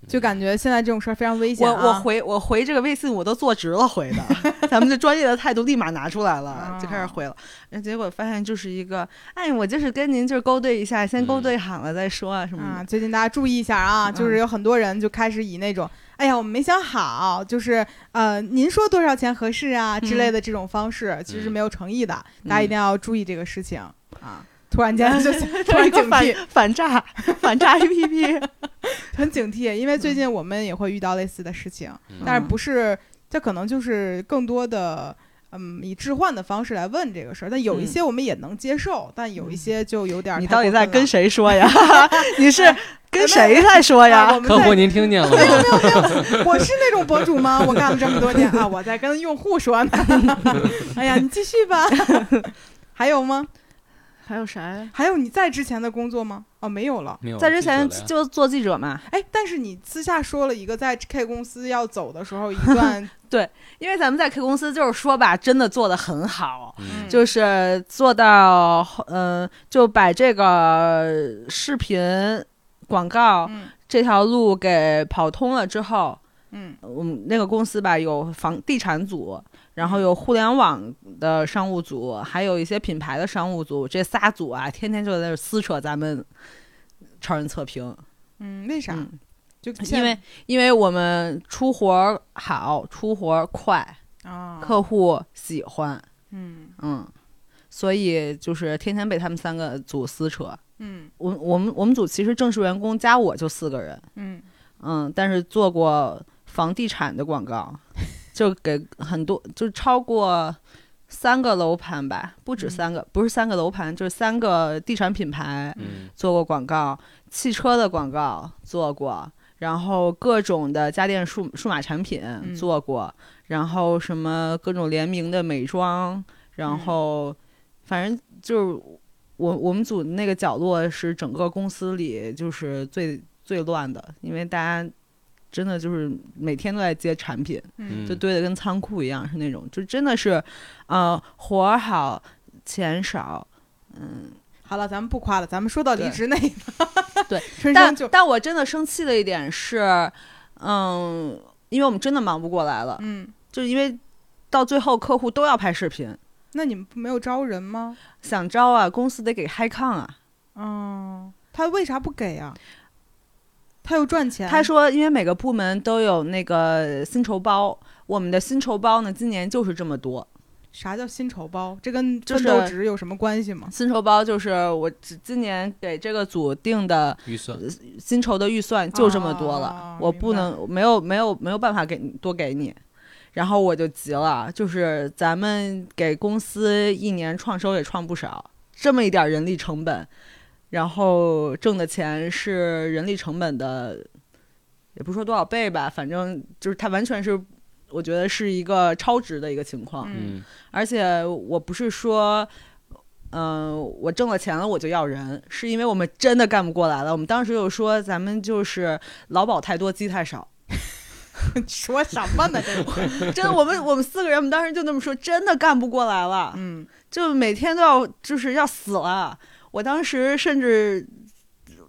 B: 就感觉现在这种事儿非常危险
A: 我
B: 啊。
A: 我回我回这个微信我都坐直了回 的，咱们这专业的态度立马拿出来
B: 啊
A: 了，就开始回了。然后结果发现就是一个，哎，我就是跟您就是勾兑一下，先勾兑好了再说啊什么
B: 啊，
A: 的。
B: 最近大家注意一下啊，
A: 嗯
B: 就是有很多人就开始以那种“哎呀，我们没想好”，就是呃，您说多少钱合适啊
A: 嗯
B: 之类的这种方式，其实没有诚意的，大家一定要注意这个事情啊。突 然间就突
A: 一
B: 然
A: 个
B: 警
A: 反
B: 惕，
A: 反诈反诈 APP，
B: 很警惕，因为最近我们也会遇到类似的事情，
C: 嗯
B: 但是不是这可能就是更多的。嗯，以置换的方式来问这个事儿，但有一
A: 嗯
B: 些我们也能接受，但有一些就有点儿
A: 你
B: 太
A: 到底
B: 过
A: 在
B: 分
A: 跟
B: 了
A: 谁说 呀？ 你是跟谁在说
B: 哎
A: 呀
B: 我？们
C: 客
B: 在
C: 户您听见了吗？
B: 我是那种博主吗？我干了这么多年啊，我 在 跟用户说呢。哎呀，你继续吧。还有吗？
A: 还有啥呀？
B: 还有你在之前的工作吗？哦，没有了。
C: 没有
A: 在之前
C: 记者了
A: 就
C: 呀
A: 做记者嘛，
B: 哎，但是你私下说了一个在 K 公司要走的时候一 段
A: 因为咱们在 K 公司就是说吧，真的做的很好，
C: 嗯
A: 就是做到嗯、呃就把这个视频广告
B: 嗯
A: 这条路给跑通了之后，
B: 嗯
A: 我们那个公司吧，有房地产组，然
B: 嗯
A: 后有互联网的商务组，还有一些品牌的商务组，这仨组啊，天天就在那儿撕扯咱们超人测评。
B: 嗯，为啥？
A: 嗯
B: 就
A: 因为因为我们出活儿好，出活儿快，
B: 啊，
A: 客户喜欢，
B: 嗯
A: 嗯，所以就是天天被他们三个组撕扯。
B: 嗯
A: 我我们我们组其实正式员工加我就四个人，
B: 嗯
A: 嗯，但是做过房地产的广告，就给很多，就超过三个楼盘吧，不止
B: 嗯
A: 三个，不是三个楼盘，就是三个地产品牌
C: 嗯
A: 做过广告，汽车的广告做过，然后各种的家电数数码产品做过，然后什么各种联名的美妆，然后、反正就是我我们组那个角落是整个公司里就是最最乱的，因为大家真的就是每天都在接产品，
B: 嗯
A: 就堆得跟仓库一样，是那种就真的是，呃，活儿好钱少，嗯，
B: 好了，咱们不夸了，咱们说到离
A: 对
B: 职那一趴。
A: 对，
B: 春
A: 但
B: 生就
A: 但我真的生气的一点是，嗯，因为我们真的忙不过来了，
B: 嗯，
A: 就是因为到最后客户都要拍视频，
B: 那你们不没有招人吗？
A: 想招啊，公司得给 high 抗啊。
B: 哦，他为啥不给啊？他又赚钱。
A: 他说，因为每个部门都有那个薪酬包，我们的薪酬包呢，今年就是这么多。
B: 啥叫薪酬包？这跟
A: 就
B: 奋
A: 是
B: 斗值有什么关系吗？
A: 薪酬包就是我只今年给这个组定的
C: 嗯预算
A: 薪酬的预算就这么多了，
B: 哦
A: 我不 能没有没有没有办法给你多给你。然后我就急了，就是咱们给公司一年创收也创不少，这么一点人力成本，然后挣的钱是人力成本的，也不是说多少倍吧，反正就是它完全是，我觉得是一个超值的一个情况。
B: 嗯
C: 嗯
A: 而且我不是说，嗯、我挣了钱了我就要人，是因为我们真的干不过来了。我们当时就说，咱们就是劳保太多，鸡太少。
B: 说什么呢？这是
A: 真的，我们我们四个人，我们当时就那么说，真的干不过来了，
B: 嗯
A: 就每天都要就是要死了。我当时甚至。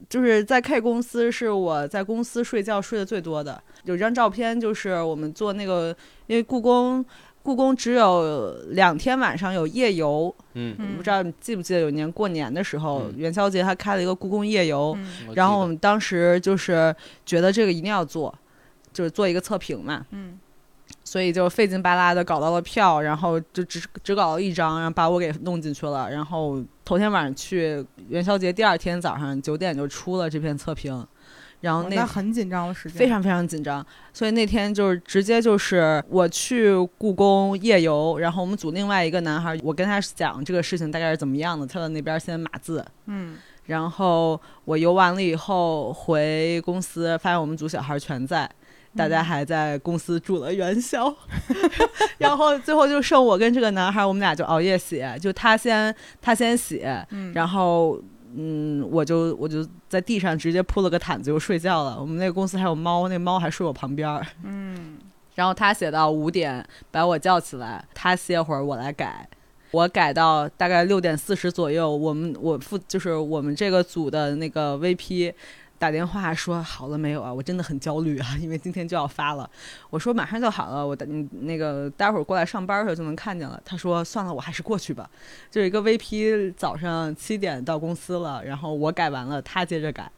A: 就是在 K 公司，是我在公司睡觉睡得最多的。有一张照片，就是我们做那个，因为故宫，故宫只有两天晚上有夜游，
C: 嗯，
A: 我
B: 嗯，
A: 不知道你记不记得有年过年的时候，
C: 嗯
A: 元宵节还开了一个故宫夜游，
B: 嗯
C: 我
A: 然
C: 记
A: 后
C: 得
A: 我们当时就是觉得这个一定要做，就是做一个测评嘛，
B: 嗯
A: 所以就费劲巴拉的搞到了票，然后就只只搞了一张，然后把我给弄进去了，然后头天晚上去，元宵节第二天早上九点就出了这篇测评，然后
B: 哦
A: 那
B: 那很紧张的时间，
A: 非常非常紧张，所以那天就是直接就是我去故宫夜游，然后我们组另外一个男孩，我跟他讲这个事情大概是怎么样的，他在那边先码字，
B: 嗯
A: 然后我游完了以后回公司，发现我们组小孩全在，大
B: 嗯
A: 家还在公司住了元宵， 然后最后就剩我跟这个男孩，我们俩就熬夜写，就他先他先写，
B: 嗯
A: 然后。嗯，我就我就在地上直接铺了个毯子就睡觉了。我们那个公司还有猫，那猫还睡我旁边儿。
B: 嗯
A: 然后他写到五点把我叫起来，他歇会儿，我来改。我改到大概六点四十左右，我们我负就是我们这个组的那个 VP 打电话说好了没有啊？我真的很焦虑啊，因为今天就要发了。我说马上就好了，我的你那个待会儿过来上班的时候就能看见了。他说算了，我还是过去吧。就是一个 VP 早上七点到公司了，然后我改完了，他接着改。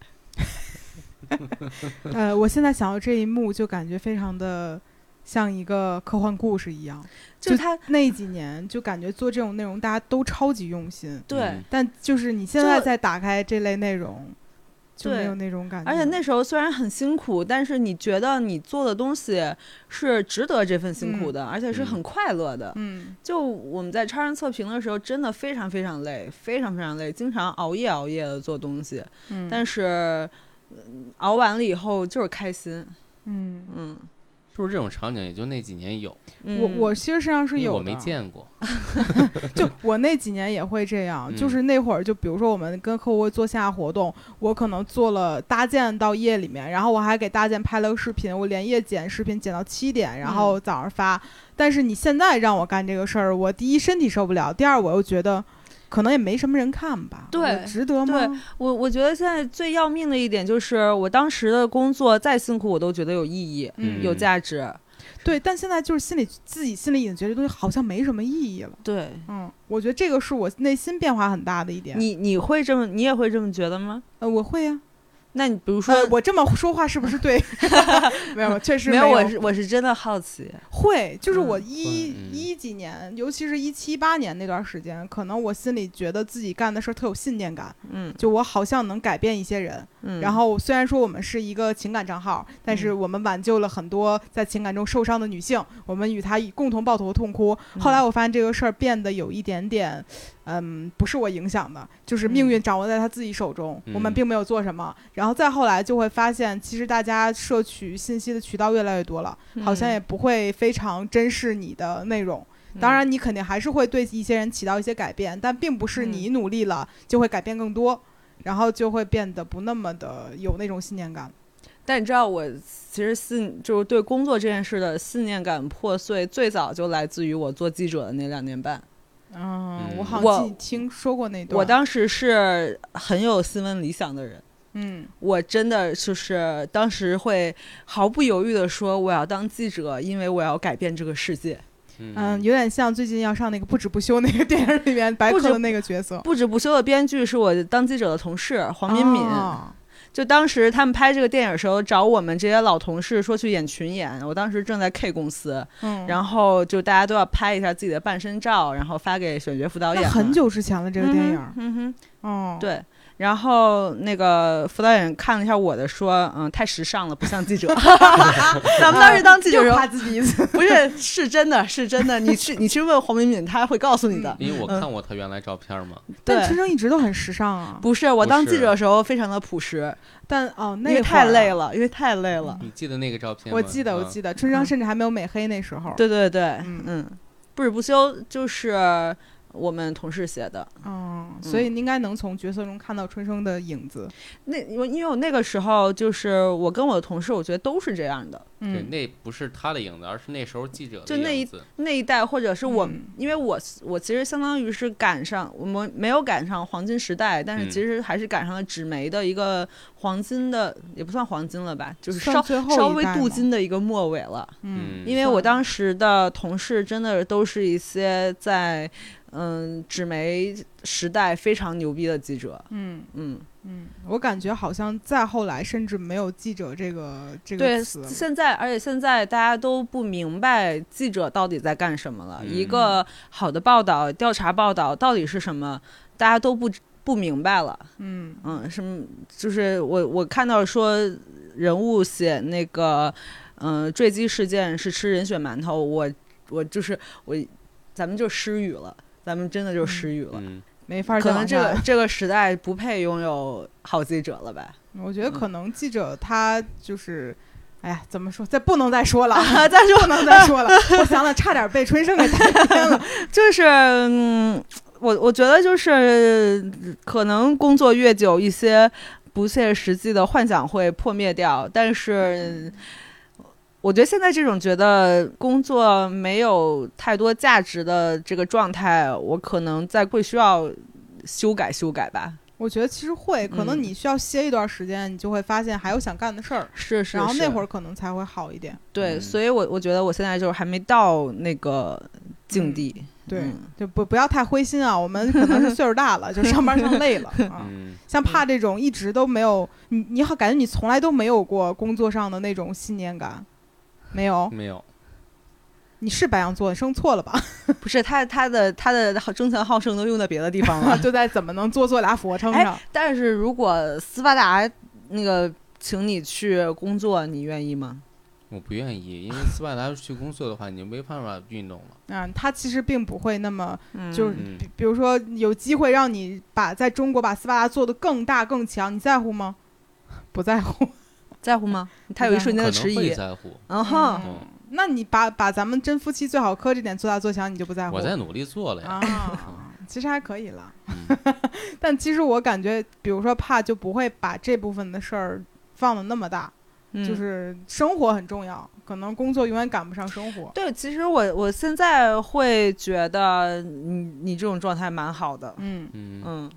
B: 呃，我现在想到这一幕，就感觉非常的像一个科幻故事一样。
A: 就是他
B: 那几年，就感觉做这种内容大家都超级用心，
A: 对。
C: 嗯
B: 但就是你现在
A: 就
B: 再打开这类内容，就没
A: 对
B: 有那种感觉。
A: 而且那时候虽然很辛苦，但是你觉得你做的东西是值得这份辛苦的，而且是很快乐的。
B: 嗯
A: 就我们在超人测评的时候，真的非常非常累，非常非常累，经常熬夜熬夜的做东西，
B: 嗯，
A: 但是。嗯熬完了以后就是开心，
B: 嗯，
A: 嗯，
C: 是不是这种场景也就那几年有？
B: 我我其实身上是
C: 因为
B: 有的，
C: 我没见过。
B: 就我那几年也会这样，就
C: 嗯
B: 是那会儿，就比如说我们跟客户做线下活动，我可能做了搭建到夜里面，然后我还给搭建拍了个视频，我连夜剪视频剪到七点，然
A: 嗯
B: 后早上发。但是你现在让我干这个事儿，我第一身体受不了，第二我又觉得可能也没什么人看吧，
A: 对
B: 我值得吗嗯
A: 对？我我觉得现在最要命的一点就是，我当时的工作再辛苦，我都觉得有意义、
B: 嗯
A: 有价值。
B: 对，但现在就是心里自己心里已经觉得这东西好像没什么意义了。
A: 对
B: 嗯，我觉得这个是我内心变化很大的一点。
A: 你，你会这么，你也会这么觉得吗？
B: 呃，我会呀、
A: 那你比如说，
B: 呃，我这么说话是不 是对？没有，确实
A: 没
B: 有。
A: 我是我是真的好奇。
B: 会，就是我
A: 嗯
B: 一、
C: 嗯
B: 一几年，尤其是一七八年那段时间，可能我心里觉得自己干的事儿特有信念感，
A: 嗯
B: 就我好像能改变一些人。
A: 嗯，
B: 然后虽然说我们是一个情感账号，但是我们挽救了很多在情感中受伤的女性，我们与她一共同抱头痛哭。后来我发现这个事儿变得有一点点，嗯，不是我影响的，就是命运掌握在她自己手中，我们
C: 嗯
B: 并没有做什么。然后再后来就会发现，其实大家摄取信息的渠道越来越多了，
A: 嗯
B: 好像也不会非常珍视你的内容。
A: 嗯
B: 当然，你肯定还是会对一些人起到一些改变，但并不是你努力了就会改变更多，然后就会变得不那么的有那种信念感。
A: 但你知道，我其实信就是对工作这件事的信念感破碎，最早就来自于我做记者的那两年半。
B: 嗯，
C: 嗯
B: 我好
A: 我
B: 像记听说过那段。
A: 我当时是很有新闻理想的人，
B: 嗯
A: 我真的就是当时会毫不犹豫的说我要当记者，因为我要改变这个世界。
B: 嗯，有点像最近要上那个不止不休那个电影里面白
A: 不止
B: 客的那个角色
A: 不止不休的编剧是我当记者的同事黄敏敏，
B: 哦
A: 就当时他们拍这个电影的时候找我们这些老同事说去演群演，我当时正在 K 公司，
B: 嗯，
A: 然后就大家都要拍一下自己的半身照，然后发给选角副导演
B: 那
A: 嘛。
B: 很久之前了这个电影。
A: 嗯哼，
B: 哦，，
A: 对。然后那个副导演看了一下我的，说：“嗯，太时尚了，不像 记者。”咱们当时当记者的时
B: 又
A: 候
B: 夸自己 一次。
A: 不是是真的，是真的。你去你去问黄敏敏，她会告诉你的。
B: 嗯
C: 因为我看过他原来照片嘛，
B: 但
A: 对
B: 陈升一直都很时尚啊。
A: 不是我当
C: 不是
A: 记者的时候非常的朴实，
B: 但哦，那
A: 因为
B: 会
A: 太
B: 儿嗯
A: 累。了，因为太累了。
C: 你记得那个照片吗？
B: 我记得，我
C: 得。
B: 记得，春生
A: 嗯
B: 甚至还没有美黑那时候。
A: 对对对，
B: 嗯
A: 嗯不止不休就是我们同事写的。
B: 哦，所以你应该能从角色中看到春生的影子。
A: 那因为因为我那个时候就是我跟我的同事，我觉得都是这样的。
C: 对，
B: 嗯，
C: 那不是他的影子，而是那时候记者的
A: 就那一
C: 影子。
A: 那一代或者是我，
B: 嗯
A: 因为我我其实相当于是赶上我们没有赶上黄金时代，但是
C: 嗯
A: 其实还是赶上了纸媒的一个黄金的，也不算黄金了吧，就是
B: 算
A: 稍
B: 最后
A: 稍
B: 一
A: 微
B: 代
A: 镀
B: 吗
A: 金的一个末尾了。
B: 嗯，
A: 因为我
B: 算
A: 当时的同事真的都是一些在嗯纸媒时代非常牛逼的记者，
B: 嗯
A: 嗯，
B: 嗯，我感觉好像再后来甚至没有记者这个这
A: 对
B: 个，词了。
A: 现在而且现在大家都不明白记者到底在干什么了，
C: 嗯
A: 一个好的报道、调查报道到底是什么，大家都不不明白了，
B: 嗯
A: 嗯，什么就是我我看到说人物写那个嗯、呃坠机事件是吃人血馒头，我我就是我，咱们就失语了，咱们真的就失语了。
C: 嗯，
B: 没法儿
A: 可
B: 讲
A: 能这
B: 下
A: 个
B: 来
A: 这个时代不配拥有好记者了吧？
B: 我觉得
A: 嗯
B: 可能记者他就是。哎呀，怎么说？再不能再说了，
A: 再说
B: 不能再说了。我想了，差点被春生给带偏了。
A: 就是，嗯，我我觉得就是，可能工作越久，一些不切实际的幻想会破灭掉。但是，我觉得现在这种觉得工作没有太多价值的这个状态，我可能在会需要修改修改吧。
B: 我觉得其实会，可能
A: 嗯
B: 你需要歇一段时间，你就会发现还有想干的事儿，
A: 是是
B: 然后那会
A: 儿
B: 儿可能才会好一点。
A: 对，
C: 嗯
A: 所以我我觉得我现在就是还没到那个境地。
B: 对，
A: 嗯
B: 就不不要太灰心啊，我们可能是岁数大了，就上班上累 了啊。
C: 嗯，
B: 像怕这种一直都没有，你你好，感觉你从来都没有过工作上的那种信念感，没有？
C: 没有，
B: 你是白羊座，你生错了吧？。
A: 不是他他的他的好争强好胜都用在别的地方
C: 啊
A: 了
B: 就在怎么能做做俩俯卧撑上？
A: 但是如果斯巴达那个请你去工作，你愿意吗？
C: 我不愿意，因为斯巴达去工作的话，你就没办法运动了。
B: 嗯，他其实并不会那么，
A: 嗯
B: 就是
C: 嗯
B: 比比如说有机会让你把在中国把斯巴达做得更大更强，你在乎吗？不在乎。
A: 在乎吗？他有一瞬间的
C: 可
A: 迟
C: 能会
A: 疑，
C: 在乎。
A: 嗯哼，
B: 嗯那你把把咱们真夫妻最好磕这点做大做强，你就不在乎？
C: 我在努力做了呀，
B: 啊，其实还可以了。
C: 嗯
B: 但其实我感觉，比如说怕就不会把这部分的事儿放的那么大，
A: 嗯
B: 就是生活很重要，可能工作永远赶不上生活。
A: 对。其实我我现在会觉得你你这种状态蛮好的，
B: 嗯，
C: 嗯，
A: 嗯，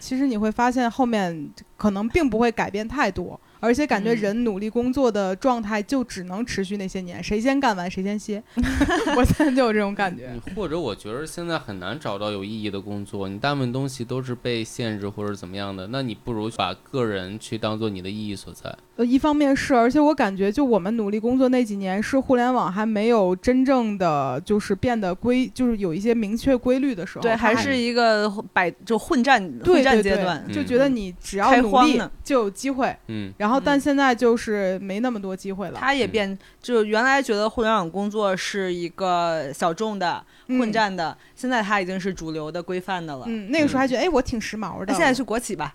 B: 其实你会发现后面可能并不会改变太多，而且感觉
A: 嗯
B: 人努力工作的状态就只能持续那些年，谁先干完谁先歇。 我现在就有这种感觉。
C: 嗯或者我觉得现在很难找到有意义的工作，你大部分东西都是被限制或者怎么样的，那你不如把个人去当做你的意义所在。
B: 呃，一方面是，而且我感觉，就我们努力工作那几年，是互联网还没有真正的就是变得规，就是有一些明确规律的时候，
A: 对，
B: 它
A: 还
B: 还
A: 是一个百就混战
B: 对
A: 混战
B: 对
A: 阶
B: 对
A: 段，
B: 就
C: 嗯
B: 觉得你只要
A: 开
B: 努
A: 荒
B: 力
A: 呢
B: 就有机会。
C: 嗯，
B: 然后，但
A: 嗯
B: 现在就是没那么多机会了，
A: 他也变就原来觉得互联网工作是一个小众的
B: 嗯
A: 混。战的，现在他已经是主流的规范的了。
B: 嗯，那个时候还觉得，哎，我挺时髦的。
A: 那现在去国企吧，，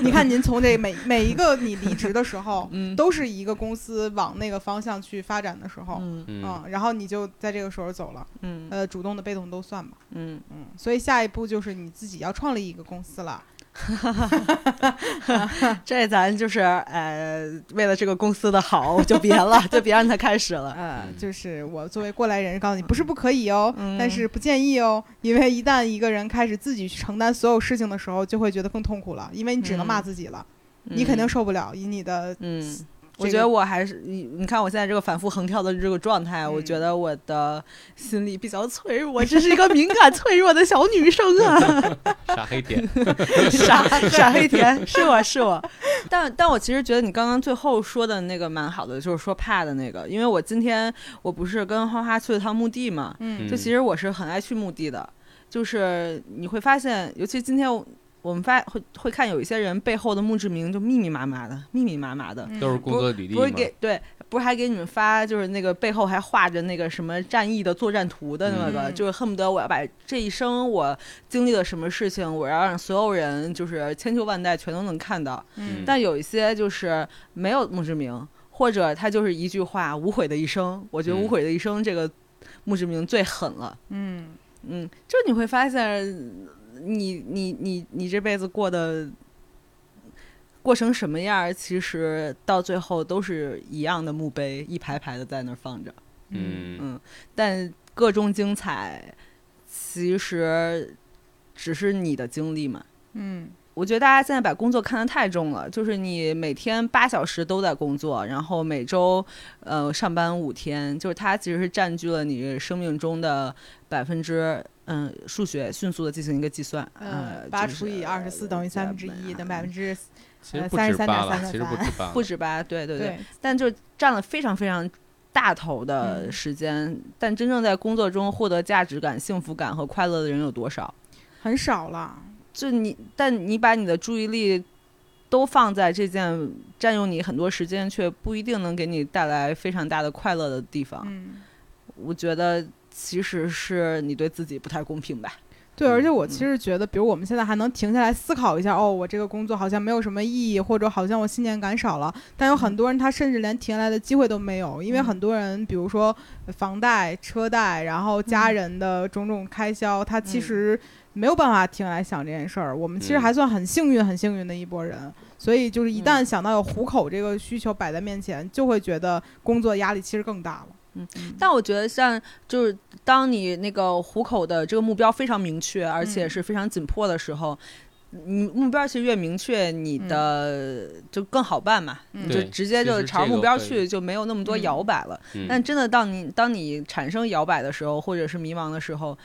B: 你看，您从这每每一个你离职的时候
A: 嗯
B: 都是一个公司往那个方向去发展的时候，
A: 嗯
C: 嗯
B: 嗯，然后你就在这个时候走了，
A: 嗯
B: 呃，主动的、被动都算吧，
A: 嗯，
B: 嗯，所以下一步就是你自己要创立一个公司了，
A: 这咱就是呃，为了这个公司的好，就别 了，就别让它开始了。
B: 呃，
C: 嗯
B: 就是我作为过来人告诉你，不是不可以哦，
A: 嗯
B: 但是不建议哦，因为一旦一个人开始自己去承担所有事情的时候，就会觉得更痛苦了，因为你只能骂
A: 嗯
B: 自己了，你肯定受不了，以你的
A: 嗯，
B: 这
A: 我觉
B: 个
A: 得我还是你，你看我现在这个反复横跳的这个状态，我觉
B: 嗯
A: 得我的心理比较脆弱，这是一个敏感脆弱的小女生 啊，
C: 傻黑点，
A: 傻傻黑甜， 是我是我。但但我其实觉得你刚刚最后说的那个蛮好的，就是说怕的那个，因为我今天我不是跟花花去了趟墓地嘛，
B: 嗯
A: 就
C: 嗯
A: 其实我是很爱去墓地的，就是你会发现，尤其今天我我们发会会看有一些人背后的墓志铭就密密麻麻的，密密麻麻
B: 嗯
A: 的，
C: 都是工作履历
A: 不
C: 嘛
A: 嗯是。给对，不是还给你们发就是那个背后还画着那个什么战役的作战图的那个，
B: 嗯
A: 就是恨不得我要把这一生我经历了什么事情，我要让所有人就是千秋万代全都能看到。
B: 嗯
C: 嗯
A: 但有一些就是没有墓志铭，或者他就是一句话“无悔的一生”，我觉得“无
C: 嗯
A: 悔的一生”这个墓志铭最狠了。
B: 嗯
A: 嗯，就你会发现，你你你你这辈子过的过成什么样儿，其实到最后都是一样的墓碑，一排排的在那儿放着，
C: 嗯，
A: 嗯，但各中精彩，其实只是你的经历嘛。
B: 嗯
A: 我觉得大家现在把工作看得太重了，就是你每天八小时都在工作，然后每周呃上班五天，就是它其实是占据了你生命中的百分之嗯，数学迅速的进行一个计算，呃
B: 嗯，，八
A: 就是
B: 除以二十四等于三分之一等于百分之
C: 其实
B: 呃
C: 不止
B: 33.33
C: 八了，其实不止八了，嗯
A: 不止吧？对对对，
B: 对，
A: 但就占了非常非常。大头的
B: 嗯
A: 时间，但真正在工作中获得价值感、幸福感和快乐的人有多少？
B: 很少了。
A: 就你，但你把你的注意力都放在这件占用你很多时间却不一定能给你带来非常大的快乐的地方，
B: 嗯，
A: 我觉得其实是你对自己不太公平吧。
B: 对，而且我
A: 嗯
B: 其实觉得，比如我们现在还能停下来思考一下，哦，我这个工作好像没有什么意义，或者好像我信念感少了。但有很多人他甚至连停下来的机会都没有，因为
A: 嗯
B: 很多人，比如说呃房贷、车贷，然后家人的种种开销，他其
A: 嗯
B: 实没有办法停下来想这件事儿。我们其实
C: 嗯
B: 还算很幸运、很幸运的一拨人。所以就是一旦想到有糊口这个需求摆在面前，就会觉得工作压力其实更大了。
A: 嗯
B: 嗯，
A: 但我觉得像就是当你那个虎口的这个目标非常明确，而且
B: 嗯
A: 是非常紧迫的时候。你目标其实越明确，你的就更好办嘛，
B: 嗯
A: 你就
C: 对
A: 直接就
C: 其实
A: 朝
C: 这个
A: 目标
C: 会
A: 去，就没有那么多
B: 嗯
A: 摇摆了。
C: 嗯
A: 但真的到你当你产生摇摆的时候，或者是迷茫的时候，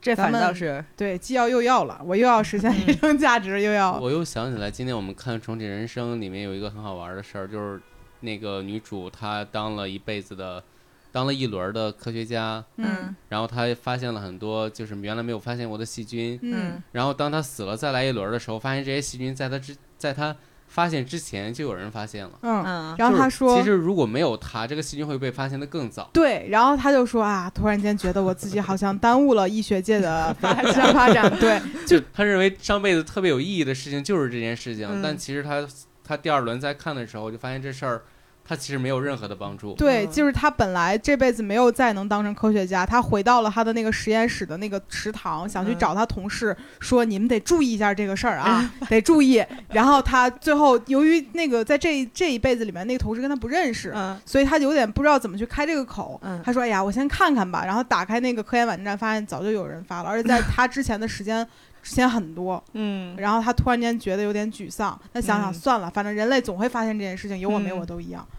A: 这反
B: 咱
A: 倒
B: 们
A: 是
B: 对，既要又要了，我又要实现人生价值，又要
C: 我又想起来，今天我们看《重启人生》里面有一个很好玩的事儿，就是那个女主她当了一辈子的，当了一轮儿的科学家，
B: 嗯
C: 然后她发现了很多就是原来没有发现过的细菌，
B: 嗯
C: 然后当她死了再来一轮儿的时候，发现这些细菌在她之在她发现之前就有人发现了。
B: 嗯。
A: 嗯
B: 然后
C: 就是
B: 他说
C: 其实如果没有她，这个细菌会被发现的更早。
B: 对，然后他就说啊，突然间觉得我自己好像耽误了医学界的发展嗯发展。对，
C: 就他认为上辈子特别有意义的事情就是这件事情，
A: 嗯
C: 但其实他他第二轮再看的时候，就发现这事儿他其实没有任何的帮助。
B: 对，
A: 嗯
B: 就是他本来这辈子没有再能当成科学家，他回到了他的那个实验室的那个食堂，想去
A: 嗯
B: 找他同事说：“你们得注意一下这个事儿啊，得注意。”然后他最后由于那个在这这一辈子里面，那个同事跟他不认识，
A: 嗯
B: 所以他有点不知道怎么去开这个口。
A: 嗯
B: 他说：“哎呀，我先看看吧。”然后打开那个科研网站，发现早就有人发了，而且在他之前的时间时间很多。
A: 嗯，
B: 然后他突然间觉得有点沮丧，那想想
A: 嗯
B: 算了，反正人类总会发现这件事情，有我没我
A: 嗯
B: 都一样。嗯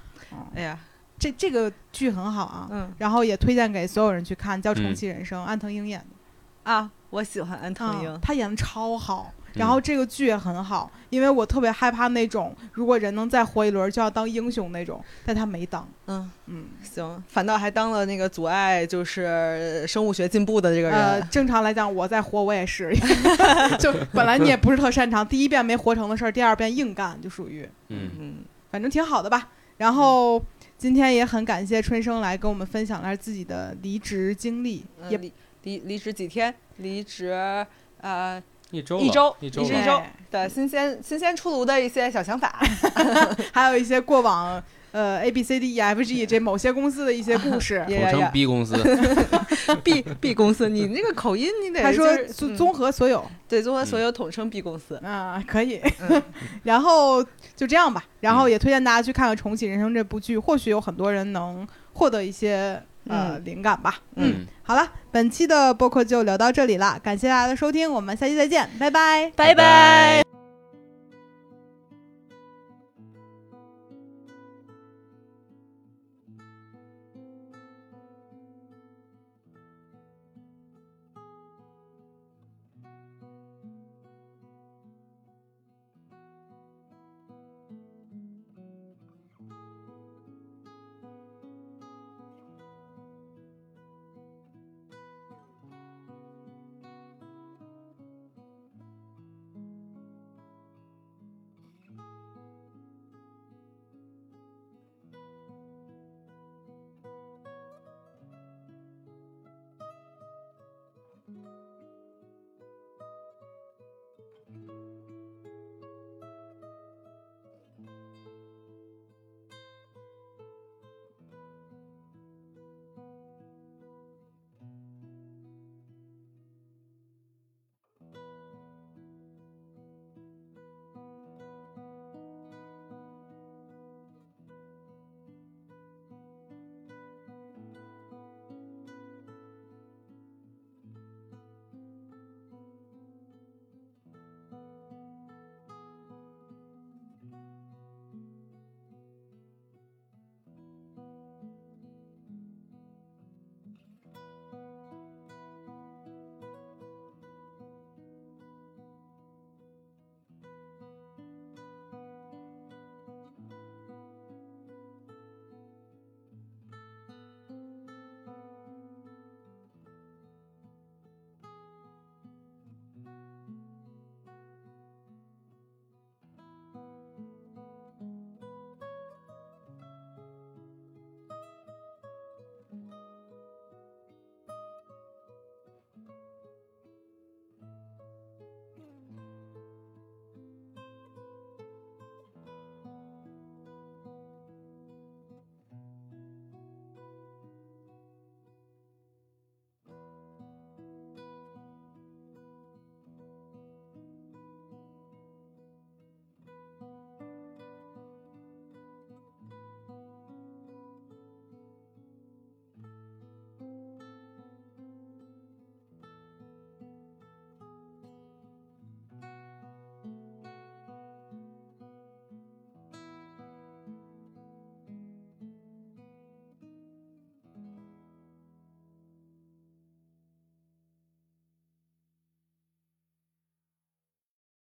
A: 哎呀，
B: 这这个剧很好啊，
A: 嗯
B: 然后也推荐给所有人去看，叫《重
C: 嗯
B: 启人生》，安藤樱演的，
A: 啊，我喜欢安藤
B: 嗯
A: 英，
B: 她演的超好。
C: 嗯
B: 然后这个剧也很好，因为我特别害怕那种如果人能再活一轮就要当英雄那种，但她没当，
A: 嗯，
B: 嗯，
A: 行，反倒还当了那个阻碍就是生物学进步的这个
B: 呃，
A: 人，
B: 正常来讲我再活我也是， 就本来你也不是特擅长，第一遍没活成的事儿，第二遍硬干就属于，
C: 嗯，
A: 嗯
B: 反正挺好的吧。然后今天也很感谢春生来跟我们分享了他自己的离职经历，
A: 嗯，
B: 也
A: 离离离职几天？离职呃
C: 一周
A: 一
C: 了
A: 周
C: 一周
A: 一
C: 了
A: 周的新鲜新鲜出炉的一些小想 法，
B: 还有一些过往呃 A B C D E F G 这某些公司的一些故事。
A: 也
C: 统
A: 也
C: 称 B 公 司，
A: B B 公司，你那个口音你得
B: 他说
A: 就是
B: 综
A: 嗯
B: 综合所有
A: 对综合所有统称 B 公司，
B: 啊，可以
A: 嗯。
B: 然后就这样吧，然后也推荐大家去看看《重启人生》这部剧，或许有很多人能获得一些呃
A: 嗯
B: 灵感吧。
A: 嗯，
B: 好了，本期的播客就聊到这里啦，感谢大家的收听，我们下期再见，拜拜。
A: 拜拜。